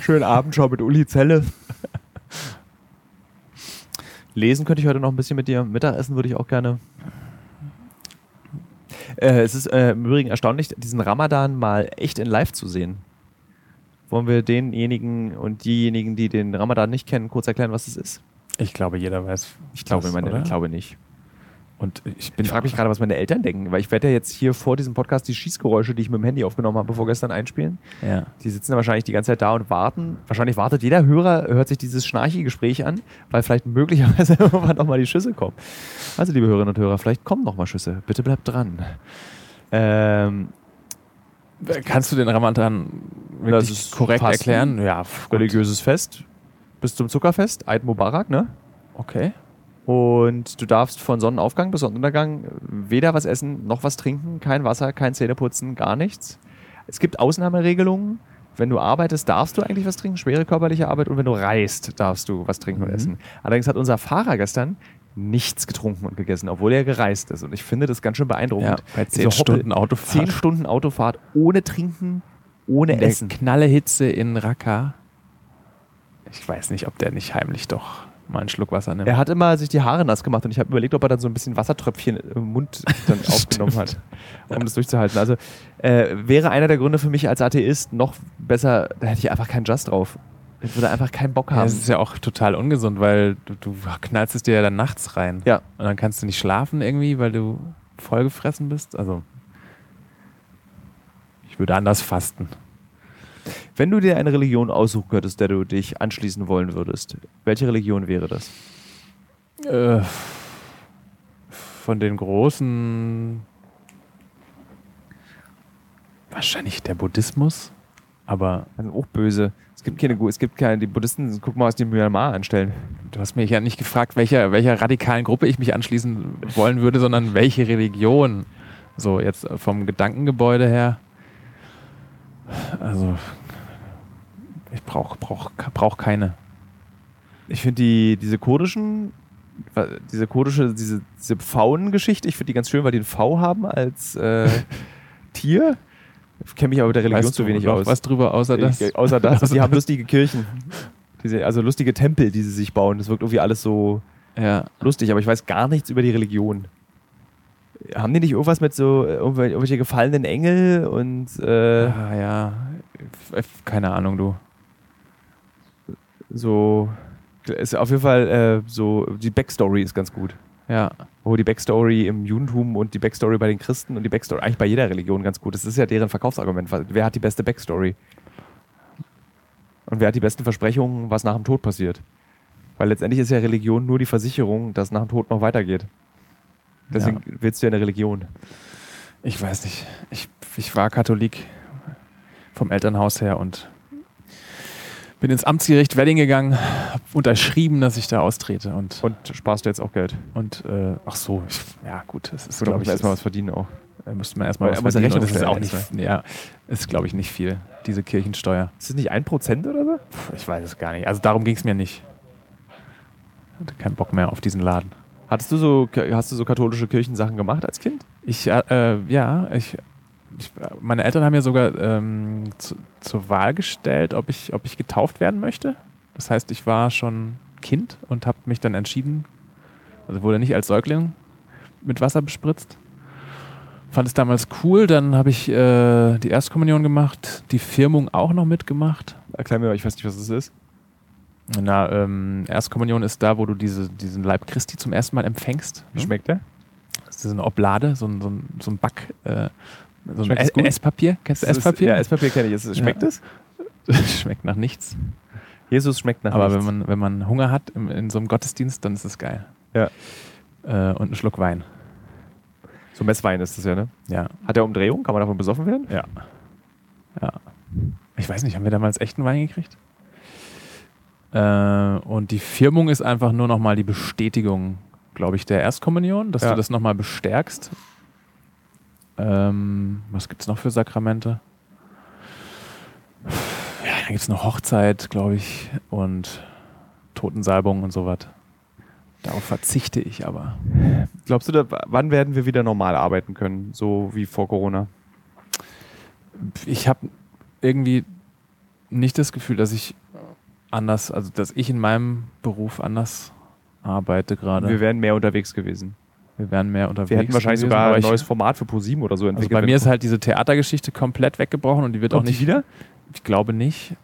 Schönen Abend, schau mit Uli Zelle. Lesen könnte ich heute noch ein bisschen mit dir. Mittagessen würde ich auch gerne. Äh, es ist äh, im Übrigen erstaunlich, diesen Ramadan mal echt in live zu sehen. Wollen wir denjenigen und diejenigen, die den Ramadan nicht kennen, kurz erklären, was es ist?
Ich glaube, jeder weiß.
Ich glaube,
das,
meine,
oder?
ich glaube nicht.
Und ich bin
Ich frage mich gerade, was meine Eltern denken, weil ich werde ja jetzt hier vor diesem Podcast die Schießgeräusche, die ich mit dem Handy aufgenommen habe, vorgestern einspielen.
Ja.
Die sitzen da wahrscheinlich die ganze Zeit da und warten. Wahrscheinlich wartet jeder Hörer, hört sich dieses Schnarchi-Gespräch an, weil vielleicht möglicherweise <laughs> irgendwann nochmal die Schüsse kommen. Also, liebe Hörerinnen und Hörer, vielleicht kommen nochmal Schüsse. Bitte bleibt dran. Ähm,
Äh, Kannst du den Ramadan
Das
wirklich
ist
korrekt
Fasten.
erklären? Ja, pf, gut.
religiöses Fest bis zum Zuckerfest, Eid Mubarak, ne?
okay.
Und du darfst von Sonnenaufgang bis Sonnenuntergang weder was essen noch was trinken, kein Wasser, kein Zähneputzen, gar nichts. Es gibt Ausnahmeregelungen. Wenn du arbeitest, darfst du eigentlich was trinken, schwere körperliche Arbeit. Und wenn du reist, darfst du was trinken und
Mhm.
essen. Allerdings hat unser Fahrer gestern nichts getrunken und gegessen, obwohl er gereist ist. Und ich finde das ganz schön beeindruckend.
bei
Diese
10 Stunden
Zehn
Autofahrt.
Stunden Autofahrt ohne Trinken, ohne
In der
Essen.
Knallehitze in Raqqa. Ich weiß nicht, ob der nicht heimlich doch mal einen Schluck Wasser nimmt.
Er hat immer sich die Haare nass gemacht und ich habe überlegt, ob er dann so ein bisschen Wassertröpfchen im Mund <laughs> dann aufgenommen hat, um das durchzuhalten. Also äh, wäre einer der Gründe für mich als Atheist noch besser, da hätte ich einfach keinen Just drauf. Ich würde einfach keinen Bock
Ja,
haben.
das ist ja auch total ungesund, weil du, du knallst es dir ja dann nachts rein.
Ja.
Und dann kannst du nicht schlafen irgendwie, weil du vollgefressen bist. Also, ich würde anders fasten.
Wenn du dir eine Religion aussuchen könntest, der du dich anschließen wollen würdest, welche Religion wäre das?
Äh, von den großen. Wahrscheinlich der Buddhismus. Aber
Also auch böse. Es gibt keine, es gibt keine, die Buddhisten, guck mal, was die in Myanmar anstellen.
du hast mich ja nicht gefragt, welcher, welcher radikalen Gruppe ich mich anschließen wollen würde, sondern welche Religion. So, jetzt vom Gedankengebäude her. Also, ich brauche brauch, brauch keine.
Ich finde die, diese kurdischen, diese kurdische, diese, diese Pfauengeschichte, ich finde die ganz schön, weil die einen V haben als
<laughs>
äh, Tier. Ich kenne mich aber mit der Religion zu wenig
noch
aus.
was drüber, außer das?
ich, außer das,
<laughs> Außer
die haben
das.
lustige Kirchen. Diese, also lustige Tempel, die sie sich bauen. Das wirkt irgendwie alles so
Ja.
lustig, aber ich weiß gar nichts über die Religion. Haben die nicht irgendwas mit so äh, irgendwel- irgendwelche gefallenen Engel und äh,
Ah, ja. F- Keine Ahnung, du.
so? Ist auf jeden Fall äh, so, die Backstory ist ganz gut.
Ja.
wo die Backstory im Judentum und die Backstory bei den Christen und die Backstory eigentlich bei jeder Religion ganz gut ist. Das ist ja deren Verkaufsargument. Wa- Wer hat die beste Backstory? Und wer hat die besten Versprechungen, was nach dem Tod passiert? Weil letztendlich ist ja Religion nur die Versicherung, dass nach dem Tod noch weitergeht. Deswegen willst du ja eine Religion.
Ich weiß nicht. Ich, ich war Katholik vom Elternhaus her und bin ins Amtsgericht Wedding gegangen, hab unterschrieben, dass ich da austrete. Und,
Und sparst du jetzt auch Geld.
und äh, ach so, ich, ja gut, es ist,
Du
glaube
glaubst
ich,
erstmal was
ist-
verdienen auch.
äh, müsste man erstmal
Weil
was
er muss ja
verdienen
Rechnung
und das ist auch
stellen
nicht, ja, ist glaube ich nicht viel, diese Kirchensteuer.
Ist das nicht ein Prozent oder so?
Puh, ich weiß es gar nicht. Also darum ging es mir nicht. Hatte keinen Bock mehr auf diesen Laden.
Hattest du so, hast du so katholische Kirchensachen gemacht als Kind?
Ich, äh, äh, ja, ich, ich, meine Eltern haben ja sogar ähm, zu, zur Wahl gestellt, ob ich, ob ich getauft werden möchte. Das heißt, ich war schon Kind und habe mich dann entschieden, also wurde nicht als Säugling mit Wasser bespritzt. Fand es damals cool, dann habe ich äh, die Erstkommunion gemacht, die Firmung auch noch mitgemacht.
Erklär mir mal, ich weiß nicht, was das ist.
Na, ähm, Erstkommunion ist da, wo du diese, diesen Leib Christi zum ersten Mal empfängst.
Wie schmeckt der?
Das ist eine Oblade, so ein, so ein, so ein Back, äh, so ein
Schmeckt es
Es-
gut?
Esspapier. Kennst du
Das ist- Ja,
Esspapier?
Esspapier kenne ich. Ist- Schmeckt
Ja.
es?
<laughs> Schmeckt nach nichts.
Jesus schmeckt nach
Aber
nichts.
wenn man, wenn man Hunger hat im, in so einem Gottesdienst, dann ist es geil.
Ja.
Äh, und einen Schluck Wein.
So Messwein ist das ja, ne?
Ja.
Hat er Umdrehung? Kann man davon besoffen werden?
Ja. Ja. Ich weiß nicht, haben wir damals echten Wein gekriegt? Äh, und die Firmung ist einfach nur nochmal die Bestätigung, glaube ich, der Erstkommunion, dass
Ja.
du das nochmal bestärkst. Ähm, was gibt es noch für Sakramente? Ja, da gibt es eine Hochzeit, glaube ich, und Totensalbung und sowas. Darauf verzichte ich aber.
Glaubst du, da, wann werden wir wieder normal arbeiten können? So wie vor Corona?
ich habe irgendwie nicht das Gefühl, dass ich anders, also dass ich in meinem Beruf anders arbeite gerade.
Wir
Wir,
wären mehr unterwegs gewesen.
wären mehr unterwegs.
Wir hätten wahrscheinlich
gewesen,
sogar
aber
ein
ich,
neues Format für ProSieben oder so
Also
entwickelt.
bei mir ist halt diese Theatergeschichte komplett weggebrochen und die wird auch
Kommt die
nicht
wieder?
Ich glaube nicht,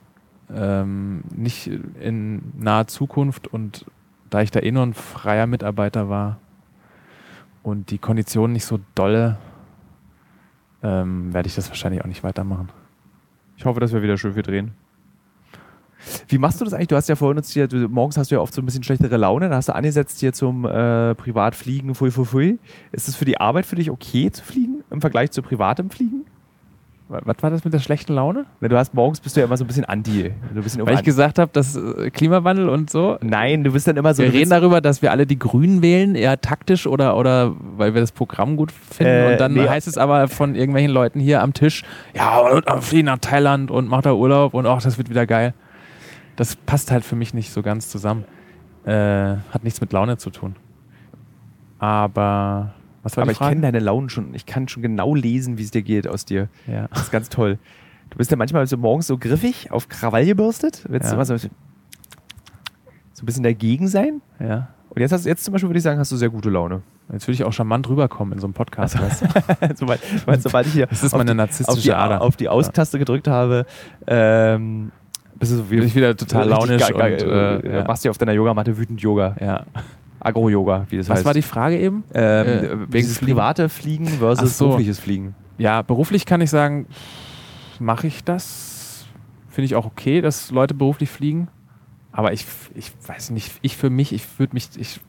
ähm, nicht in naher Zukunft und da ich da eh nur ein freier Mitarbeiter war und die Konditionen nicht so dolle, ähm, werde ich das wahrscheinlich auch nicht weitermachen.
ich hoffe, dass wir wieder schön viel drehen. Wie machst du das eigentlich? Du hast ja vorhin uns hier, du, morgens hast du ja oft so ein bisschen schlechtere Laune, dann hast du angesetzt hier zum äh, Privatfliegen, fui, fui, fui. Ist es für die Arbeit für dich okay zu fliegen im Vergleich zu privatem Fliegen?
Wa- Was war das mit der schlechten Laune?
Na, du hast morgens bist du ja immer so ein bisschen anti. Du bist
Weil ich gesagt habe, dass äh, Klimawandel und so.
Nein, du bist dann immer so.
wir
du
reden
willst-
darüber, dass wir alle die Grünen wählen, eher taktisch oder, oder weil wir das Programm gut finden.
Äh,
und dann
nee.
heißt es aber von irgendwelchen Leuten hier am Tisch, ja, und und fliegen nach Thailand und macht da Urlaub und auch das wird wieder geil. Das passt halt für mich nicht so ganz zusammen. Äh, hat nichts mit Laune zu tun. Aber was war
aber
die
ich kenne
Frage?
deine Launen schon. Ich kann schon genau lesen, wie es dir geht aus dir.
ja.
Das ist ganz toll. Du bist ja manchmal so morgens so griffig, auf Krawall gebürstet. Willst
Ja.
du immer so, so ein bisschen dagegen sein?
ja.
Und jetzt, hast, jetzt zum Beispiel würde ich sagen, hast du sehr gute
<laughs>
Laune.
Jetzt würde ich auch charmant rüberkommen in so einem Podcast. weißt du?
sobald, sobald, sobald ich hier
Das ist
auf
meine
die, auf die,
narzisstische Ader.
auf die Austaste gedrückt habe, ähm, bist du so
Bin ich wieder total
richtig
launisch
ge- ge-
und, äh,
äh,
ja.
machst dir auf deiner Yogamatte wütend Yoga.
ja.
Agro-Yoga, wie das
Was
heißt.
war die Frage eben?
ähm,
äh,
äh,
wegen
dieses
Fliegen?
private Fliegen
Ach
versus
so.
berufliches Fliegen.
ja, beruflich kann ich sagen, mache ich das? Finde ich auch okay, dass Leute beruflich fliegen. Aber ich, ich weiß nicht, ich für mich, ich würde mich, ich,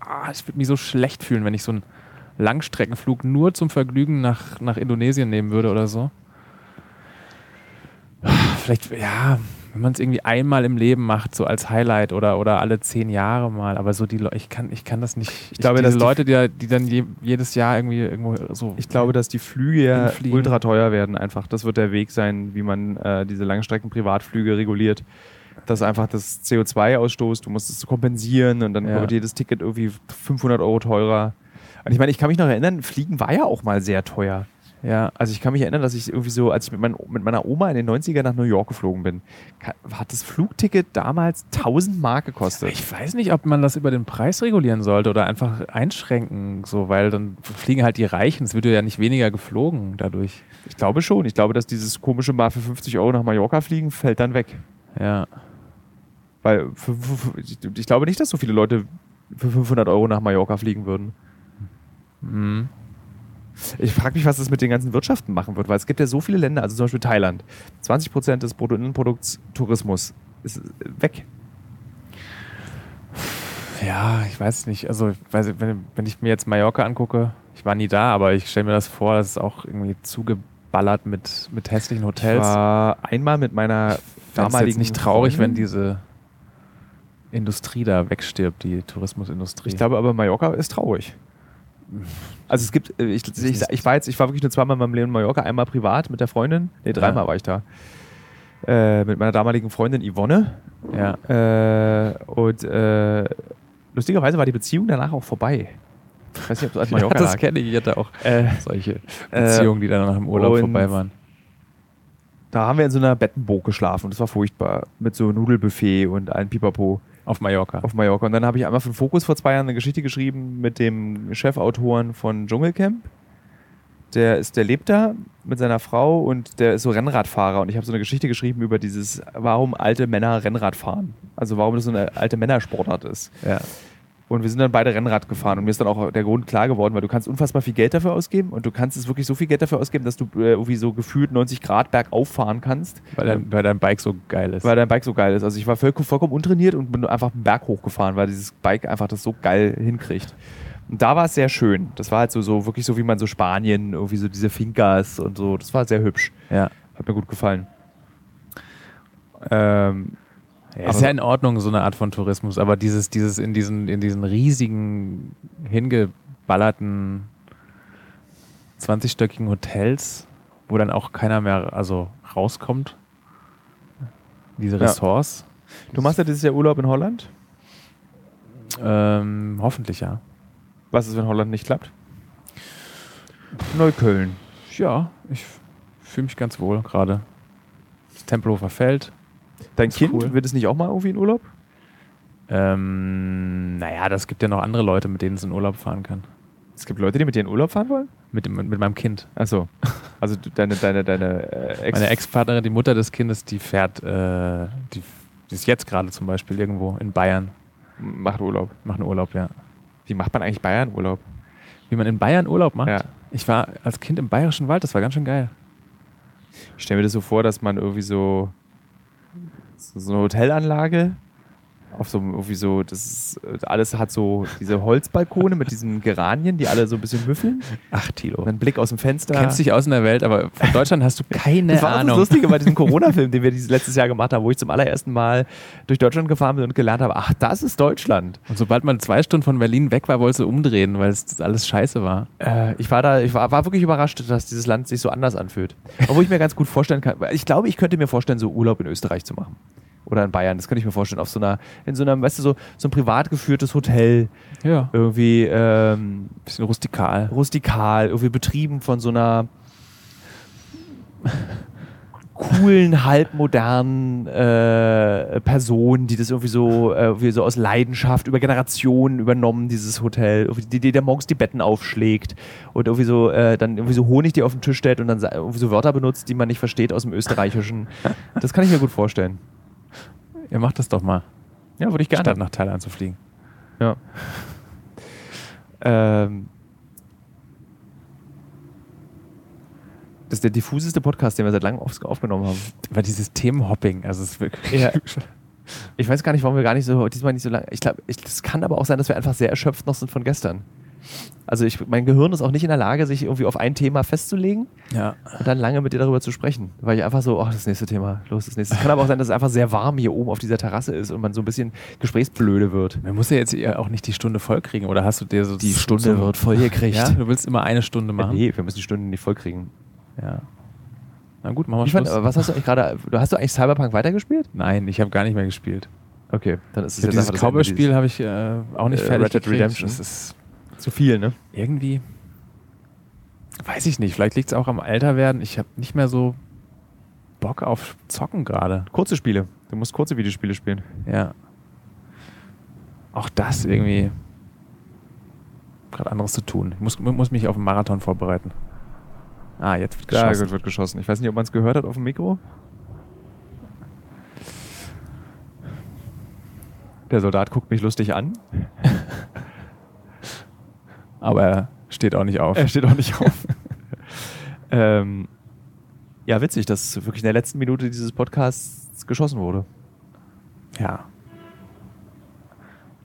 ah, ich würde mich so schlecht fühlen, wenn ich so einen Langstreckenflug nur zum Vergnügen nach, nach Indonesien nehmen würde oder so. Vielleicht, ja, wenn man es irgendwie einmal im Leben macht, so als Highlight oder, oder alle zehn Jahre mal, aber so die Leute, ich kann, ich kann das nicht. Ich,
glaube,
diese
dass die-
Leute, die, da- die dann je, jedes Jahr irgendwie irgendwo so.
Ich glaube, dass die Flüge ja
Hinfliegen.
ultra teuer werden einfach. Das wird der Weg sein, wie man äh, diese Langstrecken-Privatflüge reguliert. Dass einfach das CO2-Ausstoß, du musst es so kompensieren und dann
Ja.
wird jedes Ticket irgendwie 500 Euro teurer.
Und ich meine, ich kann mich noch erinnern, Fliegen war ja auch mal sehr teuer.
ja,
Also ich kann mich erinnern, dass ich irgendwie so, als ich mit, mein, mit meiner Oma in den 90ern nach New York geflogen bin, ka- hat das Flugticket damals 1000 Mark gekostet.
Ich weiß nicht, ob man das über den Preis regulieren sollte oder einfach einschränken, so, weil dann fliegen halt die Reichen. Es wird ja nicht weniger geflogen dadurch.
Ich glaube schon. Ich glaube, dass dieses komische Mal für 50 Euro nach Mallorca fliegen, fällt dann weg.
Ja.
Weil für, für, für- ich, ich glaube nicht, dass so viele Leute für 500 Euro nach Mallorca fliegen würden.
Mhm.
Ich frage mich, was das mit den ganzen Wirtschaften machen wird, weil es gibt ja so viele Länder, also zum Beispiel Thailand. 20 Prozent des Bruttoinlandprodukts Tourismus ist weg.
Ja, ich weiß nicht. Also, ich weiß, wenn, wenn ich mir jetzt Mallorca angucke, ich war nie da, aber ich stelle mir das vor, das ist auch irgendwie zugeballert mit, mit hässlichen
Ich
Hotels.
war einmal mit meiner
Damals
damaligen
jetzt nicht traurig, wenn
Freundin.
diese Industrie da wegstirbt, die Tourismusindustrie.
Ich glaube aber, Mallorca ist traurig. Also es gibt, äh, ich, ich, ich, war jetzt, ich war wirklich nur zweimal in meinem Leben in Mallorca, einmal privat mit der Freundin, nee, dreimal war ich da. Äh, mit meiner damaligen Freundin Yvonne.
ja.
Äh, und äh, lustigerweise war die Beziehung danach auch vorbei. Ich weiß nicht, ob es an Mallorca
<laughs> das
lag.
kenne ich. Ich hatte auch
Äh,
solche
Äh,
Beziehungen, die dann nach dem Urlaub
und-
vorbei waren.
da haben wir in so einer Bettenburg geschlafen und das war furchtbar. Mit so Nudelbuffet und allen Pipapo.
Auf Mallorca.
auf Mallorca. Und dann habe ich einmal für den Fokus vor zwei Jahren eine Geschichte geschrieben mit dem Chefautoren von Dschungelcamp. Der ist, der lebt da mit seiner Frau und der ist so Rennradfahrer. Und ich habe so eine Geschichte geschrieben über dieses, warum alte Männer Rennrad fahren. Also warum das so eine alte Männersportart ist.
ja.
Und wir sind dann beide Rennrad gefahren. Und mir ist dann auch der Grund klar geworden, weil du kannst unfassbar viel Geld dafür ausgeben und du kannst es wirklich so viel Geld dafür ausgeben, dass du äh, irgendwie so gefühlt 90 Grad bergauf fahren kannst.
Weil dein, weil dein Bike so geil ist.
Weil dein Bike so geil ist. Also ich war voll, vollkommen untrainiert und bin einfach einen Berg hochgefahren, weil dieses Bike einfach das so geil hinkriegt. Und da war es sehr schön. Das war halt so, so wirklich so wie man so Spanien, irgendwie so diese Fincas und so. Das war sehr hübsch.
ja.
Hat mir gut gefallen. Ähm,
ist
aber-
ja in Ordnung, so eine Art von Tourismus, aber dieses, dieses in diesen, in diesen riesigen, hingeballerten 20-stöckigen Hotels, wo dann auch keiner mehr also rauskommt. Diese
Ja.
Ressorts.
du machst ja dieses Jahr Urlaub in Holland.
Ähm, hoffentlich ja.
Was ist, wenn Holland nicht klappt? Neukölln.
Ja, ich fühle mich ganz wohl gerade. Das Tempelhofer Feld.
Dein
Ist
Kind
cool.
wird es nicht auch mal irgendwie in Urlaub?
Ähm, naja, das gibt ja noch andere Leute, mit denen es in Urlaub fahren kann.
Es gibt Leute, die mit dir in Urlaub fahren wollen.
Mit, dem, mit meinem Kind.
Achso. Also du- deine, deine, deine äh, Ex.
Meine Ex-Partnerin, die Mutter des Kindes, die fährt, äh, die, die ist jetzt gerade zum Beispiel irgendwo in Bayern,
macht Urlaub.
macht einen Urlaub, ja.
Wie macht man eigentlich Bayern Urlaub?
Wie man in Bayern Urlaub macht.
Ja.
Ich war als Kind im Bayerischen Wald, das war ganz schön geil.
Ich stelle mir das so vor, dass man irgendwie so, so so eine Hotelanlage auf so einem- irgendwie so, das ist, äh, alles hat so diese Holzbalkone mit diesen Geranien, die alle so ein bisschen müffeln.
Ach,
Und
Tilo.
dann Blick aus dem Fenster.
Du kennst dich aus in der Welt, aber
<laughs>
von Deutschland hast du keine
das war auch das
Ahnung.
Lustige bei
<laughs>
diesem Corona-Film, den wir dieses letztes Jahr gemacht haben, wo ich zum allerersten Mal durch Deutschland gefahren bin und gelernt habe, ach, das ist Deutschland.
Und sobald man zwei Stunden von Berlin weg war, wollte sie umdrehen, weil es alles scheiße war.
Äh, ich war da, ich war, war wirklich überrascht, dass dieses Land sich so anders anfühlt. Obwohl ich mir ganz gut vorstellen kann, weil ich glaube, ich könnte mir vorstellen, so Urlaub in Österreich zu machen. Oder in Bayern, das könnte ich mir vorstellen, auf so einer, in so einem, weißt du, so, so ein privat geführtes Hotel,
Ja.
irgendwie ähm,
Bisschen rustikal.
rustikal, irgendwie betrieben von so einer coolen, halbmodernen äh, Person, die das irgendwie so, äh, irgendwie so aus Leidenschaft über Generationen übernommen, dieses Hotel, Irgendwie die, die der morgens die Betten aufschlägt und irgendwie so, äh, dann irgendwie so Honig dir auf den Tisch stellt und dann sa- irgendwie so Wörter benutzt, die man nicht versteht aus dem Österreichischen. Das kann ich mir gut vorstellen.
Ihr macht das doch mal,
Ja, würde ich gerne.
statt nach Thailand zu fliegen.
Ja. ähm, das ist der diffuseste Podcast, den wir seit langem aufs- aufgenommen haben.
Weil dieses Themenhopping, also es ist wirklich.
Ja. Ich weiß gar nicht, warum wir gar nicht so, diesmal nicht so lange. Ich glaube, ich- es kann aber auch sein, dass wir einfach sehr erschöpft noch sind von gestern. Also ich, mein Gehirn ist auch nicht in der Lage, sich irgendwie auf ein Thema festzulegen
<laughs> ja.
und dann lange mit dir darüber zu sprechen. Weil ich einfach so, ach, das nächste Thema, los, das nächste. Es kann aber auch sein, dass es einfach sehr warm hier oben auf dieser Terrasse ist und man so ein bisschen gesprächsblöde wird.
Man muss ja jetzt eher auch nicht die Stunde voll kriegen, oder hast du dir so. so- so-
voll gekriegt.
Ja, du willst immer eine Stunde machen.
Nee, wir müssen die Stunden nicht voll kriegen.
Ja. Na gut, machen wir
Ich fand,
Schluss.
aber was hast du eigentlich gerade? du- Hast du eigentlich Cyberpunk weitergespielt?
Nein, ich habe gar nicht mehr gespielt.
Okay, dann ist es
Ich hab dieses
einfach das Ende
Cowboy-Spiel habe ich äh, auch nicht
Äh,
fertig
Red Dead
gekriegt.
Redemption.
Das ist
dieses- Zu viel, ne?
irgendwie. Weiß ich nicht. Vielleicht liegt es auch am Älterwerden. Ich habe nicht mehr so Bock auf Zocken gerade.
Kurze Spiele. Du musst kurze Videospiele spielen.
Ja. Auch das irgendwie. Gerade anderes zu tun. Ich muss, muss mich auf einen Marathon vorbereiten. Ah, jetzt wird
Da
geschossen.
wird geschossen. Ich weiß nicht, ob man es gehört hat auf dem Mikro. Der Soldat guckt mich lustig an.
Aber er steht auch nicht auf.
<laughs> Er steht auch nicht auf. <laughs> ähm, ja, witzig, dass wirklich in der letzten Minute dieses Podcasts geschossen wurde.
Ja.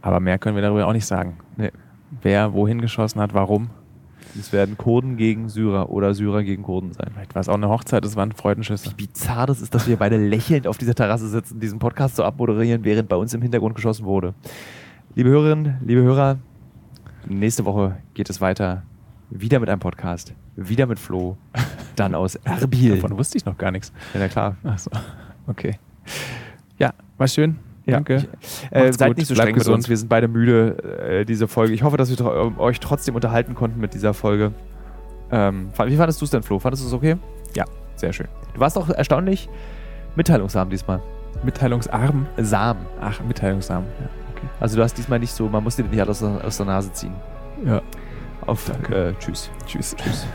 Aber mehr können wir darüber auch nicht sagen.
Nee.
Wer wohin geschossen hat, warum.
Es werden Kurden gegen Syrer oder Syrer gegen Kurden sein.
Vielleicht war es auch eine Hochzeit, es waren Freudenschüsse.
Wie bizarr das ist, dass wir beide lächelnd auf dieser Terrasse sitzen, diesen Podcast so abmoderieren, während bei uns im Hintergrund geschossen wurde. Liebe Hörerinnen, liebe Hörer, nächste Woche geht es weiter. Wieder mit einem Podcast. Wieder mit Flo. Dann aus Erbil.
Davon wusste ich noch gar nichts.
ja, na klar.
Achso, okay. Ja, war schön.
Ja,
Danke.
Ich, äh,
Macht's
seid
gut,
nicht so
bleibt
streng mit
gesund.
uns. Wir sind beide müde, äh, diese Folge. Ich hoffe, dass wir tro- ähm, euch trotzdem unterhalten konnten mit dieser Folge. Ähm, fa- wie fandest du es denn, Flo? Fandest du es okay? Ja, sehr schön. Du warst auch erstaunlich mitteilungsam diesmal.
Mitteilungsarm.
Samen.
Ach, mitteilungsarm. Ja.
Also du hast diesmal nicht so, man muss dir nicht alles aus, aus der Nase ziehen.
ja.
Auf äh, Tschüss.
Tschüss. Tschüss.